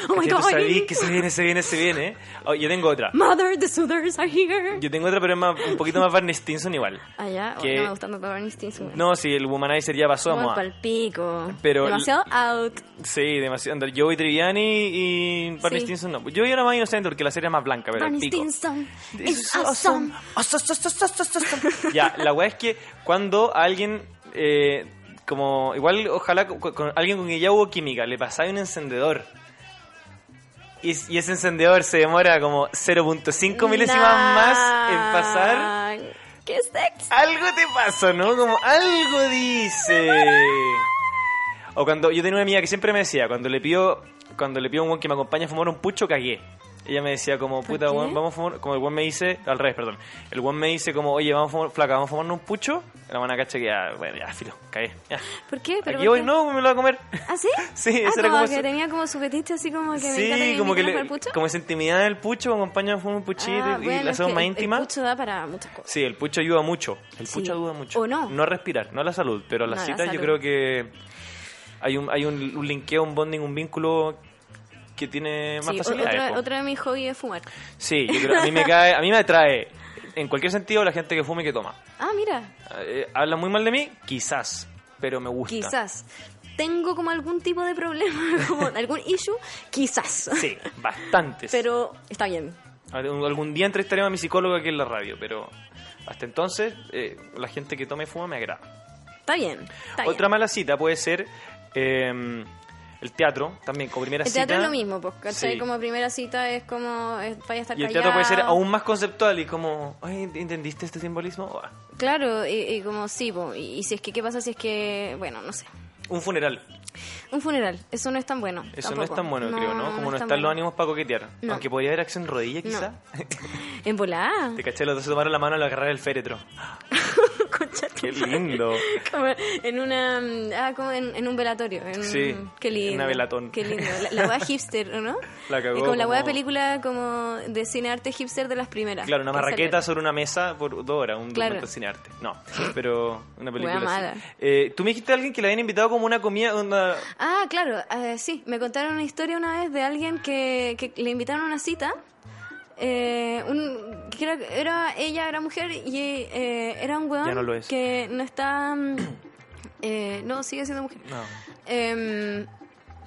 S3: oh my
S4: ¿cachai? Tú
S3: god,
S4: sabís que se viene, se viene, se viene. Oh, yo tengo otra.
S3: mother, the soothers are here.
S4: Yo tengo otra, pero es más- un poquito más Barney Stinson igual.
S3: Allá,
S4: Que-
S3: no me gusta tanto Barney Stinson.
S4: No, si el Womanizer ya pasó,
S3: Como
S4: vamos a-
S3: palpico.
S4: Pero-
S3: Demasiado out.
S4: Sí, demasiado. Anda, Joey Triviani y Barney
S3: Sí.
S4: Stinson no. Yo era más inocente porque la serie es más blanca, pero
S3: Barney
S4: pico.
S3: Stinson is
S4: It's
S3: awesome.
S4: Awesome, awesome, awesome, awesome. ya, la weá es que cuando alguien, eh, como, igual ojalá con, con alguien con quien ya hubo química, le pasáis un encendedor. Y, es- y ese encendedor se demora como 0.5 milésimas más en pasar.
S3: Nah, Qué sexy.
S4: Algo te pasó, ¿no? Como algo dice. O cuando yo tenía una amiga que siempre me decía, cuando le pido, cuando le pido a un weón que me acompañe a fumar un pucho, cagué. ella me decía como, puta,
S3: qué?
S4: weón, vamos a fumar, como el weón me dice, al revés, perdón, el weón me dice como, oye, vamos a fumar, flaca, vamos a fumarnos un pucho, la buena cacha que ya, bueno, ya, filo, caí, ya.
S3: ¿Por qué? ¿Pero
S4: Aquí
S3: por
S4: hoy
S3: qué?
S4: no, me lo voy a comer.
S3: ¿Ah, sí?
S4: Sí,
S3: ah,
S4: eso era como
S3: que
S4: su-
S3: tenía como su fetiche así como que me encanta
S4: sí, como que
S3: me
S4: le,
S3: el pucho.
S4: como esa intimidad del pucho, me acompaña a fumar un puchito
S3: Ah,
S4: y- y
S3: bueno,
S4: la
S3: es
S4: hacemos
S3: que
S4: más
S3: el-
S4: íntima.
S3: El pucho da para muchas cosas.
S4: Sí, el pucho ayuda mucho. El
S3: Sí.
S4: pucho ayuda mucho.
S3: ¿O no?
S4: No a respirar, no a la salud, pero a las
S3: No a la
S4: citas yo
S3: salud.
S4: creo que hay un, hay un, un linkeo, un bonding, un vínculo que tiene más
S3: Sí, o-
S4: facilidades.
S3: otra-
S4: po.
S3: Otro de mis hobbies es fumar.
S4: Sí, yo creo- a mí me cae, a mí me atrae en cualquier sentido la gente que fume y que toma.
S3: Ah, mira,
S4: Eh, ¿Hablan muy mal de mí? Quizás, pero me gusta.
S3: quizás. Tengo como algún tipo de problema, como algún issue, quizás.
S4: Sí, bastantes.
S3: Pero está bien.
S4: Algún algún día entrevistaremos a mi psicólogo aquí en la radio, pero hasta entonces eh, la gente que toma y fuma me agrada.
S3: Está bien. Está bien.
S4: Otra mala cita puede ser eh, el teatro, también como primera
S3: El
S4: cita.
S3: teatro es lo mismo, pues, ¿cachai?
S4: Sí.
S3: Como primera cita es como es, vaya a estar
S4: Y el
S3: callado.
S4: teatro puede ser aún más conceptual y como, "Ay, ¿entendiste este simbolismo? Buah.
S3: Claro, y, y como sí, po, y, y si es que, ¿qué pasa si es que, bueno, no sé.
S4: Un funeral.
S3: Un funeral, eso no es tan bueno.
S4: Eso no
S3: tampoco.
S4: es tan bueno, creo, ¿no? Como no,
S3: es tan
S4: están
S3: bueno.
S4: los ánimos para coquetear.
S3: No.
S4: Aunque podría haber acción rodilla, quizá.
S3: En volada.
S4: Te caché, los dos se tomaron la mano al agarrar el féretro.
S3: Concha tu
S4: ¡Qué
S3: madre.
S4: lindo!
S3: Como en una mm, ah, como en, en un velatorio en un-
S4: Sí,
S3: qué lindo
S4: en una velatón.
S3: qué lindo la, la wea hipster ¿o no?
S4: La cagó
S3: Eh, como la wea
S4: como-
S3: película como de cine arte hipster de las primeras
S4: Claro, una
S3: que
S4: marraqueta
S3: salió.
S4: sobre una mesa por dos horas, un
S3: Claro.
S4: documento sin arte. No, pero una película
S3: Buena
S4: así.
S3: mala.
S4: Eh, Tú me dijiste a alguien que le habían invitado como una comida... Una...
S3: ah claro eh, sí me contaron una historia una vez de alguien que, que le invitaron a una cita eh, un, que era, era- ella era mujer y eh, era un weón
S4: Ya no lo es.
S3: que no está mm, eh, no sigue siendo mujer
S4: No.
S3: em,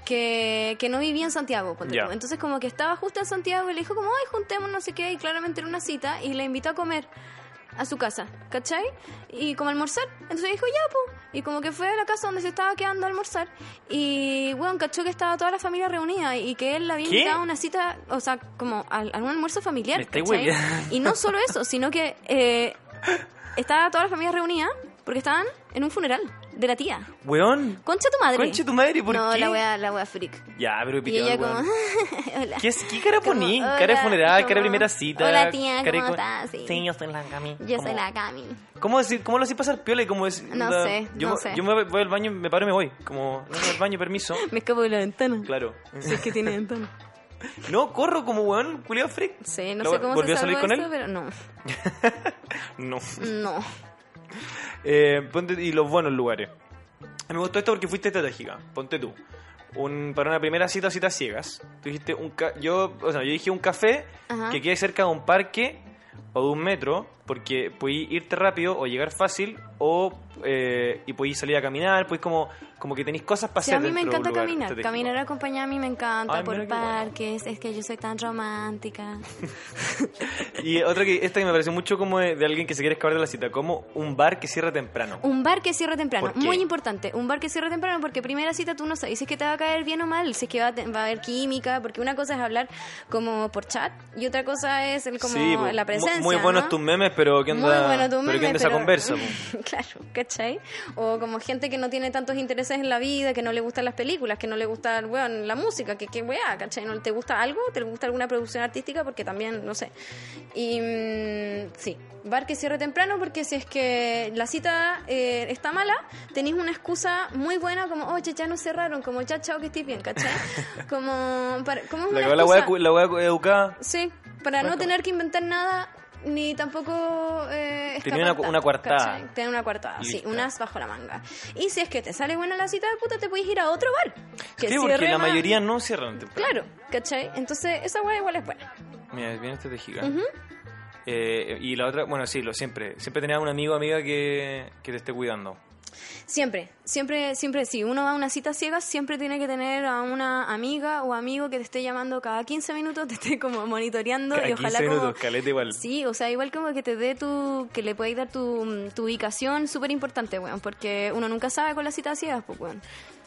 S3: que, que no vivía en Santiago. ponte
S4: Ya.
S3: tú. Entonces como que estaba justo en Santiago y le dijo como, ay, juntemos, no sé qué, y claramente era una cita y la invitó a comer a su casa, ¿cachai? Y como a almorzar. Entonces dijo, ya, pues. Y como que fue a la casa donde se estaba quedando a almorzar. Y, bueno, cachó que estaba toda la familia reunida y que él la había
S4: ¿Qué?
S3: invitado a una cita, o sea, como a, a un almuerzo familiar.
S4: Me estáis
S3: ¿cachai?
S4: hueviando.
S3: Y no solo eso, sino que eh, estaba toda la familia reunida porque estaban en un funeral de la tía.
S4: Weón.
S3: Concha tu madre.
S4: Concha tu madre, ¿por
S3: no,
S4: qué?
S3: la wea, la wea freak.
S4: Ya, pero
S3: Y
S4: piteó
S3: ella
S4: el weón.
S3: como, hola.
S4: ¿Qué, es- qué cara
S3: Como,
S4: poní?
S3: hola,
S4: Cara de funeral, cara de
S3: como,
S4: primera cita.
S3: hola, tía,
S4: cara de
S3: ¿cómo
S4: co-
S3: estás? Sí.
S4: Sí, yo soy la Cami.
S3: Yo soy
S4: Como-
S3: la Cami.
S4: ¿Cómo, decir, ¿Cómo lo hacía pasar piola y cómo decir,
S3: No
S4: onda,
S3: sé,
S4: yo,
S3: no
S4: me-
S3: sé.
S4: Yo me voy al baño, me paro y me voy. Como, no, al baño, permiso.
S3: Me escapo de la ventana.
S4: Claro.
S3: Si es que tiene ventana.
S4: No, corro como weón, culiao freak.
S3: Sí, no
S4: Lo-
S3: sé cómo
S4: ¿Volvió
S3: se
S4: a salir
S3: salvó
S4: con
S3: eso,
S4: él?
S3: pero no.
S4: No.
S3: No.
S4: Eh, ponte, y los buenos lugares. Me gustó esto porque fuiste estratégica. Ponte tú. Un, para una primera cita, citas ciegas. Tú dijiste un ca- yo, o sea, yo dije un café
S3: Ajá.
S4: que quede cerca de un parque o de un metro, porque podéis irte rápido o llegar fácil, o eh, y podéis salir a caminar, pues como, como que tenéis cosas para
S3: Sí,
S4: hacer.
S3: a mí me
S4: dentro de un
S3: encanta
S4: lugar
S3: caminar.
S4: estratégico.
S3: Caminar acompañada a mí me encanta.
S4: Ay, mira
S3: por
S4: qué bueno.
S3: parques. Es que yo soy tan romántica.
S4: Y otra que, esta que me pareció mucho como de, de alguien que se quiere escapar de la cita, como un bar que cierra temprano.
S3: Un bar que cierre temprano,
S4: ¿Por qué?
S3: muy importante. Un bar que cierre temprano porque primera cita tú no sabes si es que te va a caer bien o mal, si es que va a, te- va a haber química, porque una cosa es hablar como por chat y otra cosa es el como
S4: Sí, po.
S3: la
S4: Mu-
S3: presencia.
S4: Muy buenos
S3: ¿no?
S4: tus memes, pero ¿qué onda,
S3: Muy bueno tu
S4: pero
S3: meme,
S4: ¿qué onda esa
S3: pero-
S4: conversa? po?
S3: claro, ¿cachai? O como gente que no tiene tantos intereses en la vida, que no le gustan las películas, que no le gusta weón, la música, que qué weá, ¿cachai? ¿No te gusta algo? ¿Te gusta alguna producción artística? Porque también, no sé. Y mm, sí, bar que cierre temprano porque si es que la cita eh, está mala, tenéis una excusa muy buena como, oye, ya nos cerraron, como ya, chao, que estés bien, ¿cachai? Como, para, como es
S4: La
S3: una
S4: cagó la
S3: excusa-
S4: wea cu- la wea educada.
S3: Sí, para no tener que inventar nada ni tampoco eh, escapar
S4: Tenía una cu-
S3: tanto,
S4: una coartada.
S3: ¿cachai? Tenía una coartada, sí,
S4: Listo.
S3: un as bajo la manga. Y si es que te sale buena la cita, puta, te puedes ir a otro bar. Que
S4: Sí, porque
S3: cierre
S4: la
S3: más-
S4: mayoría no cierran temprano.
S3: Claro, ¿cachai? Entonces, esa hueá igual es buena.
S4: Mira, es bien estratégica. Eh, y la otra, bueno, sí, lo siempre. Siempre tenía un amigo o amiga que, que te esté cuidando.
S3: Siempre, siempre, siempre, si uno va a una cita ciega, siempre tiene que tener a una amiga o amigo que te esté llamando cada 15 minutos, te esté como monitoreando
S4: Cada
S3: y ojalá
S4: 15
S3: como...
S4: minutos, caleta igual.
S3: Sí, o sea, igual como que te dé tu, que le puedes dar tu, tu ubicación, súper importante, weón, porque uno nunca sabe con las citas ciegas, pues, weón.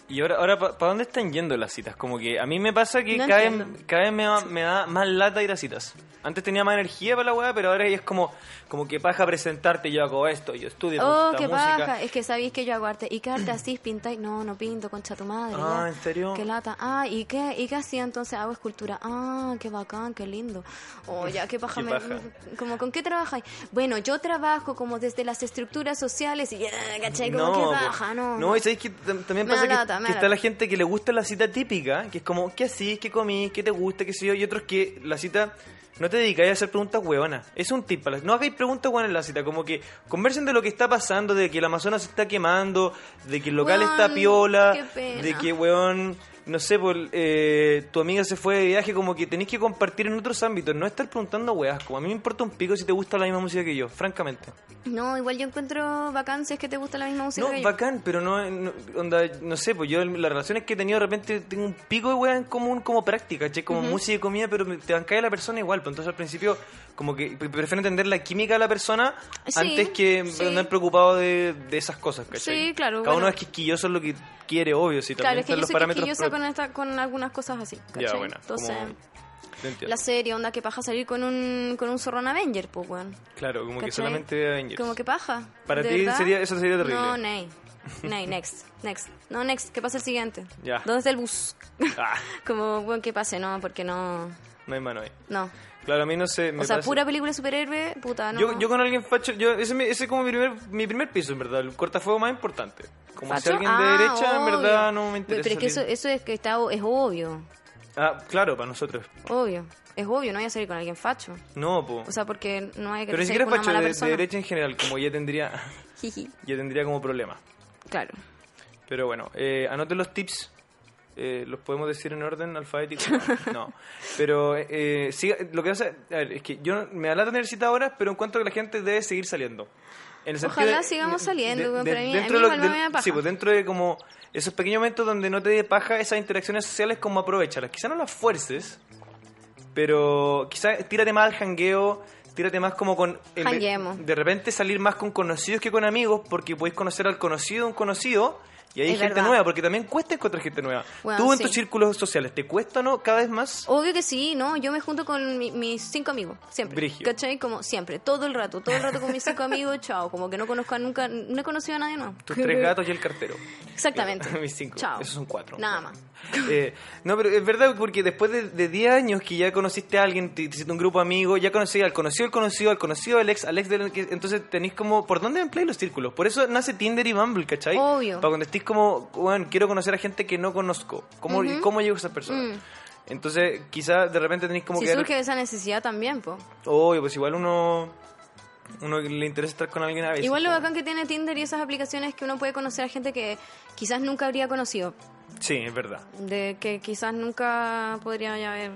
S4: Y ahora, ahora ¿para dónde están yendo las citas? Como que a mí me pasa que
S3: No
S4: cada, vez,
S3: entiendo.
S4: cada vez me, da- me da más lata ir a citas. Antes tenía más energía para la weá, pero ahora es como, como que paja presentarte, yo hago esto, yo estudio me
S3: Oh,
S4: gusta
S3: qué
S4: música.
S3: paja. Es que sabéis que yo hago arte. ¿Y qué arte así pintáis? No, no pinto, concha tu madre.
S4: Ah,
S3: ya.
S4: ¿en serio?
S3: Qué lata. Ah, ¿y qué, ¿y qué hacía entonces? Hago escultura. Ah, qué bacán, qué lindo. Oh, ya, qué paja.
S4: Qué
S3: me-
S4: paja.
S3: Como, ¿Con qué trabajáis? Bueno, yo trabajo como desde las estructuras sociales y, ah, ¿cachai? Como
S4: po.
S3: que baja, no.
S4: pues, No, y sabéis que tam- también
S3: Me da
S4: pasa que,
S3: lata, me
S4: que
S3: da
S4: está la
S3: lata.
S4: gente que le gusta la cita típica, que es como, ¿qué hacís? ¿Qué comís? ¿Qué te gusta? ¿Qué sé yo? Y otros que la cita no te dedicáis a hacer preguntas hueonas. Es un tip para las- No hagáis preguntas hueonas en la cita, como que conversen de lo que está pasando, de que el Amazonas se está quemando, de que el local
S3: Hueón,
S4: está piola,
S3: qué pena.
S4: de que hueón. No sé, por, eh, tu amiga se fue de viaje, como que tenéis que compartir en otros ámbitos, no estar preguntando hueás, como a mí me importa un pico si te gusta la misma música que yo, francamente.
S3: No, igual yo encuentro vacancias que te gusta la misma música
S4: No,
S3: que yo.
S4: bacán, pero no, no, onda, no sé, pues yo las relaciones que he tenido de repente tengo un pico de weas en común como práctica, che, como música y comida, pero me- te bancáis a la persona igual, pues entonces al principio como que pre- prefiero entender la química de la persona
S3: Sí,
S4: antes que
S3: sí.
S4: andar preocupado de, de esas cosas, ¿cachai?
S3: Sí, claro,
S4: Cada uno
S3: bueno.
S4: es quisquilloso en lo que quiere, obvio, si
S3: Claro,
S4: también
S3: es que
S4: están
S3: yo
S4: los
S3: sé que,
S4: parámetros.
S3: que yo saco
S4: pro-
S3: en esta- con algunas cosas así.
S4: Ya,
S3: ¿cachai?
S4: buena,
S3: Entonces,
S4: como- te entiendo.
S3: la serie, onda, que paja salir con un, con un zorrón Avenger, pues, weón.
S4: Claro, como que
S3: ¿Cachai?
S4: solamente de Avengers.
S3: Como que paja.
S4: Para
S3: ¿De
S4: ti
S3: verdad?
S4: sería- eso sería terrible.
S3: No, nay. Nay, next. Next. No, next. ¿Qué pasa el siguiente?
S4: Ya.
S3: ¿Dónde está el bus?
S4: Ah,
S3: Como, bueno, que pase, no, porque no.
S4: no hay mano ahí.
S3: No.
S4: Claro, a mí no sé. me
S3: o sea,
S4: pasa-
S3: pura película de superhéroe, puta, Ah, no.
S4: Yo, yo con alguien facho, yo, ese, es mi- ese es como mi primer, mi primer piso, en verdad, el cortafuego más importante. Como si
S3: ¿Facho?
S4: alguien de
S3: Ah,
S4: derecha, en
S3: obvio.
S4: verdad, no me interesa.
S3: Pero es que eso,
S4: salir.
S3: eso es que está, es obvio.
S4: Ah, claro, para nosotros.
S3: Obvio. Es obvio, no voy a salir con alguien facho.
S4: No, po.
S3: O sea, porque no hay que
S4: pero
S3: salir
S4: ni siquiera
S3: con una
S4: facho,
S3: mala
S4: de, de
S3: persona.
S4: derecha en general, como ya tendría,
S3: Jiji.
S4: ya tendría como problema.
S3: Claro.
S4: Pero bueno, eh, anoten los tips. eh, los podemos decir en orden alfabético. No. no. Pero eh, siga- lo que pasa a ver, es que yo no- me da lata tener cita ahora, pero encuentro que la gente debe seguir saliendo. En el sentido
S3: Ojalá sigamos saliendo, weón, pero a mí- a
S4: dentro
S3: mí
S4: de
S3: igual me
S4: del-
S3: da paja.
S4: Sí, pues dentro de como esos pequeños momentos donde no te dé paja esas interacciones sociales, como aprovecharlas. Quizá no las fuerces, pero quizá tírate más al jangueo, tírate más como con... en vez-
S3: Jangueemos.
S4: De repente salir más con conocidos que con amigos, porque podéis conocer al conocido de un conocido, y ahí hay
S3: Es
S4: gente
S3: verdad.
S4: nueva, porque también cuesta encontrar gente nueva.
S3: Bueno,
S4: Tú en
S3: sí. Oh,
S4: tus círculos sociales, ¿te cuesta o no cada vez más?
S3: Obvio que sí, ¿no? Yo me junto con mi- mis cinco amigos, siempre.
S4: Brígido.
S3: ¿Cachai? Como siempre, todo el rato, todo el rato con mis cinco amigos, chao. Como que no conozco a nunca, no he conocido a nadie, ¿no?
S4: Tus tres gatos y el cartero.
S3: Exactamente.
S4: Mis cinco.
S3: Chao.
S4: Esos son cuatro.
S3: Nada más.
S4: Eh, no, pero es verdad porque después de de 10 años que ya conociste a alguien, te te hiciste un grupo amigo, ya conocí al conocido, al conocido, al conocido, al ex, al ex del que- entonces tenéis como, ¿por dónde empleáis los círculos? Por eso nace Tinder y Bumble, ¿cachai?
S3: Obvio.
S4: Para cuando estéis como, bueno, quiero conocer a gente que no conozco, ¿cómo, y ¿cómo llego a esa persona?
S3: Mm.
S4: Entonces, quizás de repente tenéis como
S3: Si
S4: que... dar-
S3: surge esa necesidad también, po.
S4: Obvio, pues igual uno, uno le interesa estar con alguien a veces.
S3: Igual lo
S4: po.
S3: bacán que tiene Tinder y esas aplicaciones que uno puede conocer a gente que quizás nunca habría conocido,
S4: Sí, es verdad.
S3: de que quizás nunca podría ya haber.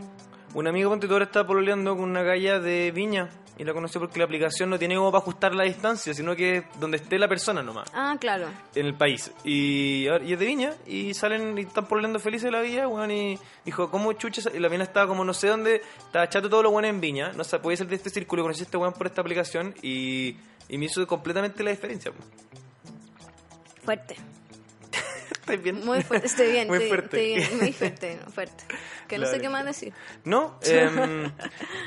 S4: Un amigo ponte tú, ahora está pololeando con una galla de Viña y la conoció porque la aplicación no tiene como para ajustar la distancia, sino que es donde esté la persona nomás,
S3: Ah, claro.
S4: en el país. Y, ahora- y es de Viña y salen y están pololeando felices la vida, weón, y dijo, ¿cómo chuches? Y la mina estaba como no sé dónde, estaba chato todo lo bueno en Viña, no sé, podía ser de este círculo, conocí a este weón por esta aplicación y, y me hizo completamente la diferencia. po.
S3: Fuerte.
S4: ¿Estáis bien?
S3: Muy fuerte. Estoy bien.
S4: Muy
S3: estoy-
S4: fuerte.
S3: estoy bien, muy fuerte, no, fuerte. Que no
S4: Claro.
S3: sé qué más decir.
S4: No, em,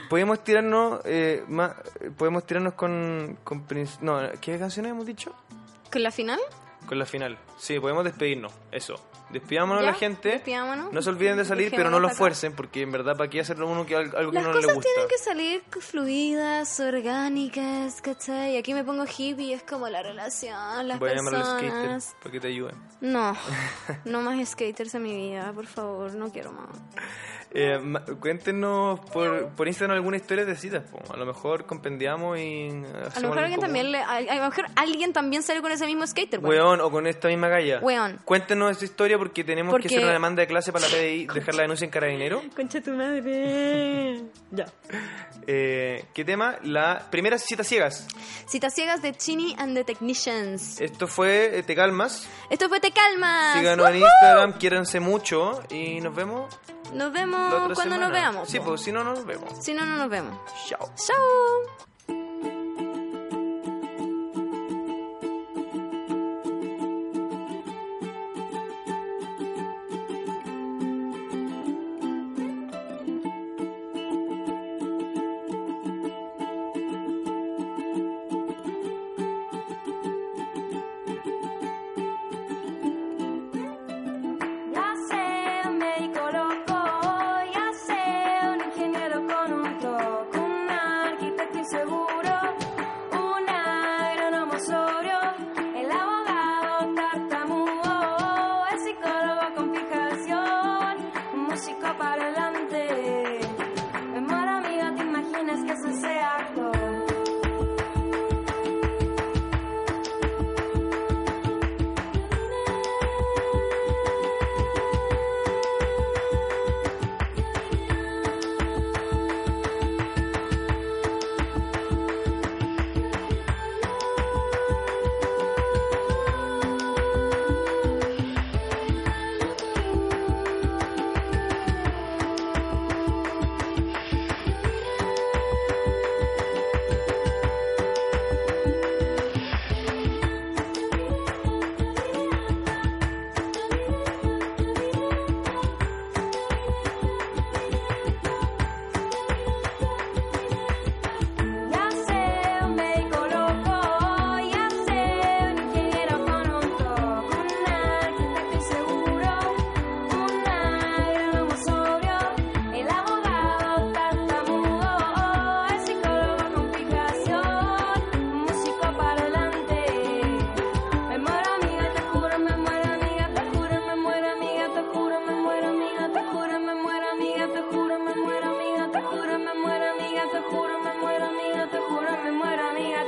S4: podemos tirarnos eh, más, podemos tirarnos con, con princ- no, ¿qué canciones hemos dicho?
S3: ¿Con la final?
S4: Con la final. Sí, podemos despedirnos. Eso. Despidámonos
S3: Ya,
S4: a la gente.
S3: despidámonos.
S4: No se olviden de salir, pero no
S3: Dejémonos
S4: lo
S3: acá.
S4: fuercen, porque en verdad, ¿para qué hacerlo uno que al- algo que
S3: Las
S4: no le
S3: cosas
S4: gusta?
S3: tienen que salir fluidas, orgánicas, ¿cachai? Aquí me pongo hippie, es como la relación, las
S4: Voy a llamar a los skaters
S3: personas.
S4: para que te ayuden.
S3: No, no más skaters en mi vida, por favor, no quiero más.
S4: Eh, ma- cuéntenos por, por Instagram alguna historia de citas. po. A lo mejor compendiamos y.
S3: A lo mejor alguien también le, a, a lo mejor alguien también sale con ese mismo skater, weón.
S4: Weón, o con esta misma galla.
S3: Weón.
S4: Cuéntenos esa historia porque tenemos
S3: Porque-
S4: que hacer una demanda de clase para la PDI, dejar la denuncia en carabinero.
S3: Concha tu madre. ya.
S4: Eh, ¿Qué tema? La primera cita ciegas.
S3: Citas ciegas de Chini and the Technicians.
S4: Esto fue eh, Te Calmas.
S3: Esto fue Te Calmas.
S4: Síganos en
S3: ¡Woohoo!
S4: Instagram, quiéranse mucho y nos vemos
S3: Nos
S4: la otra
S3: vemos cuando
S4: semana.
S3: nos veamos.
S4: Sí,
S3: po.
S4: pues si no, no nos vemos.
S3: Si no, no nos vemos.
S4: Chao.
S3: Chao.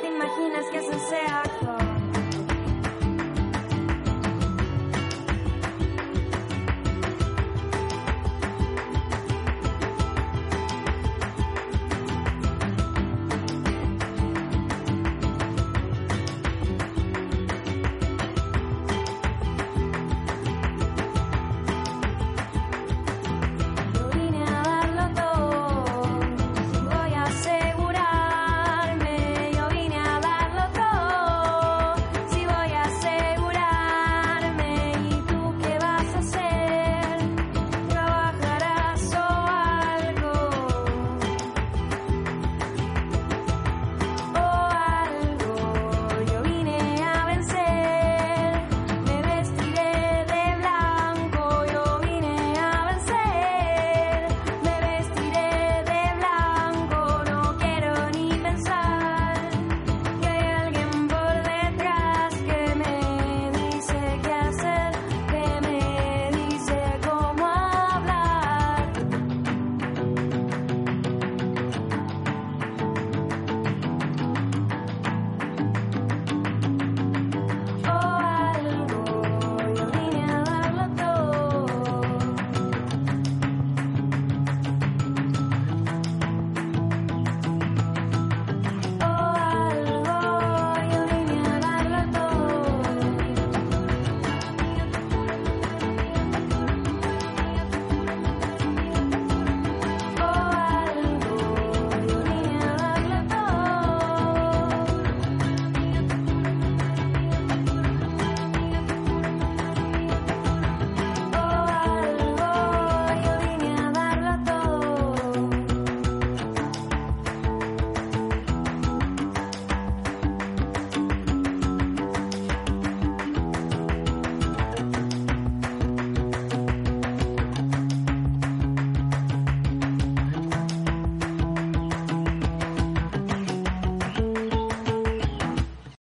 S6: imaginas que eso sea?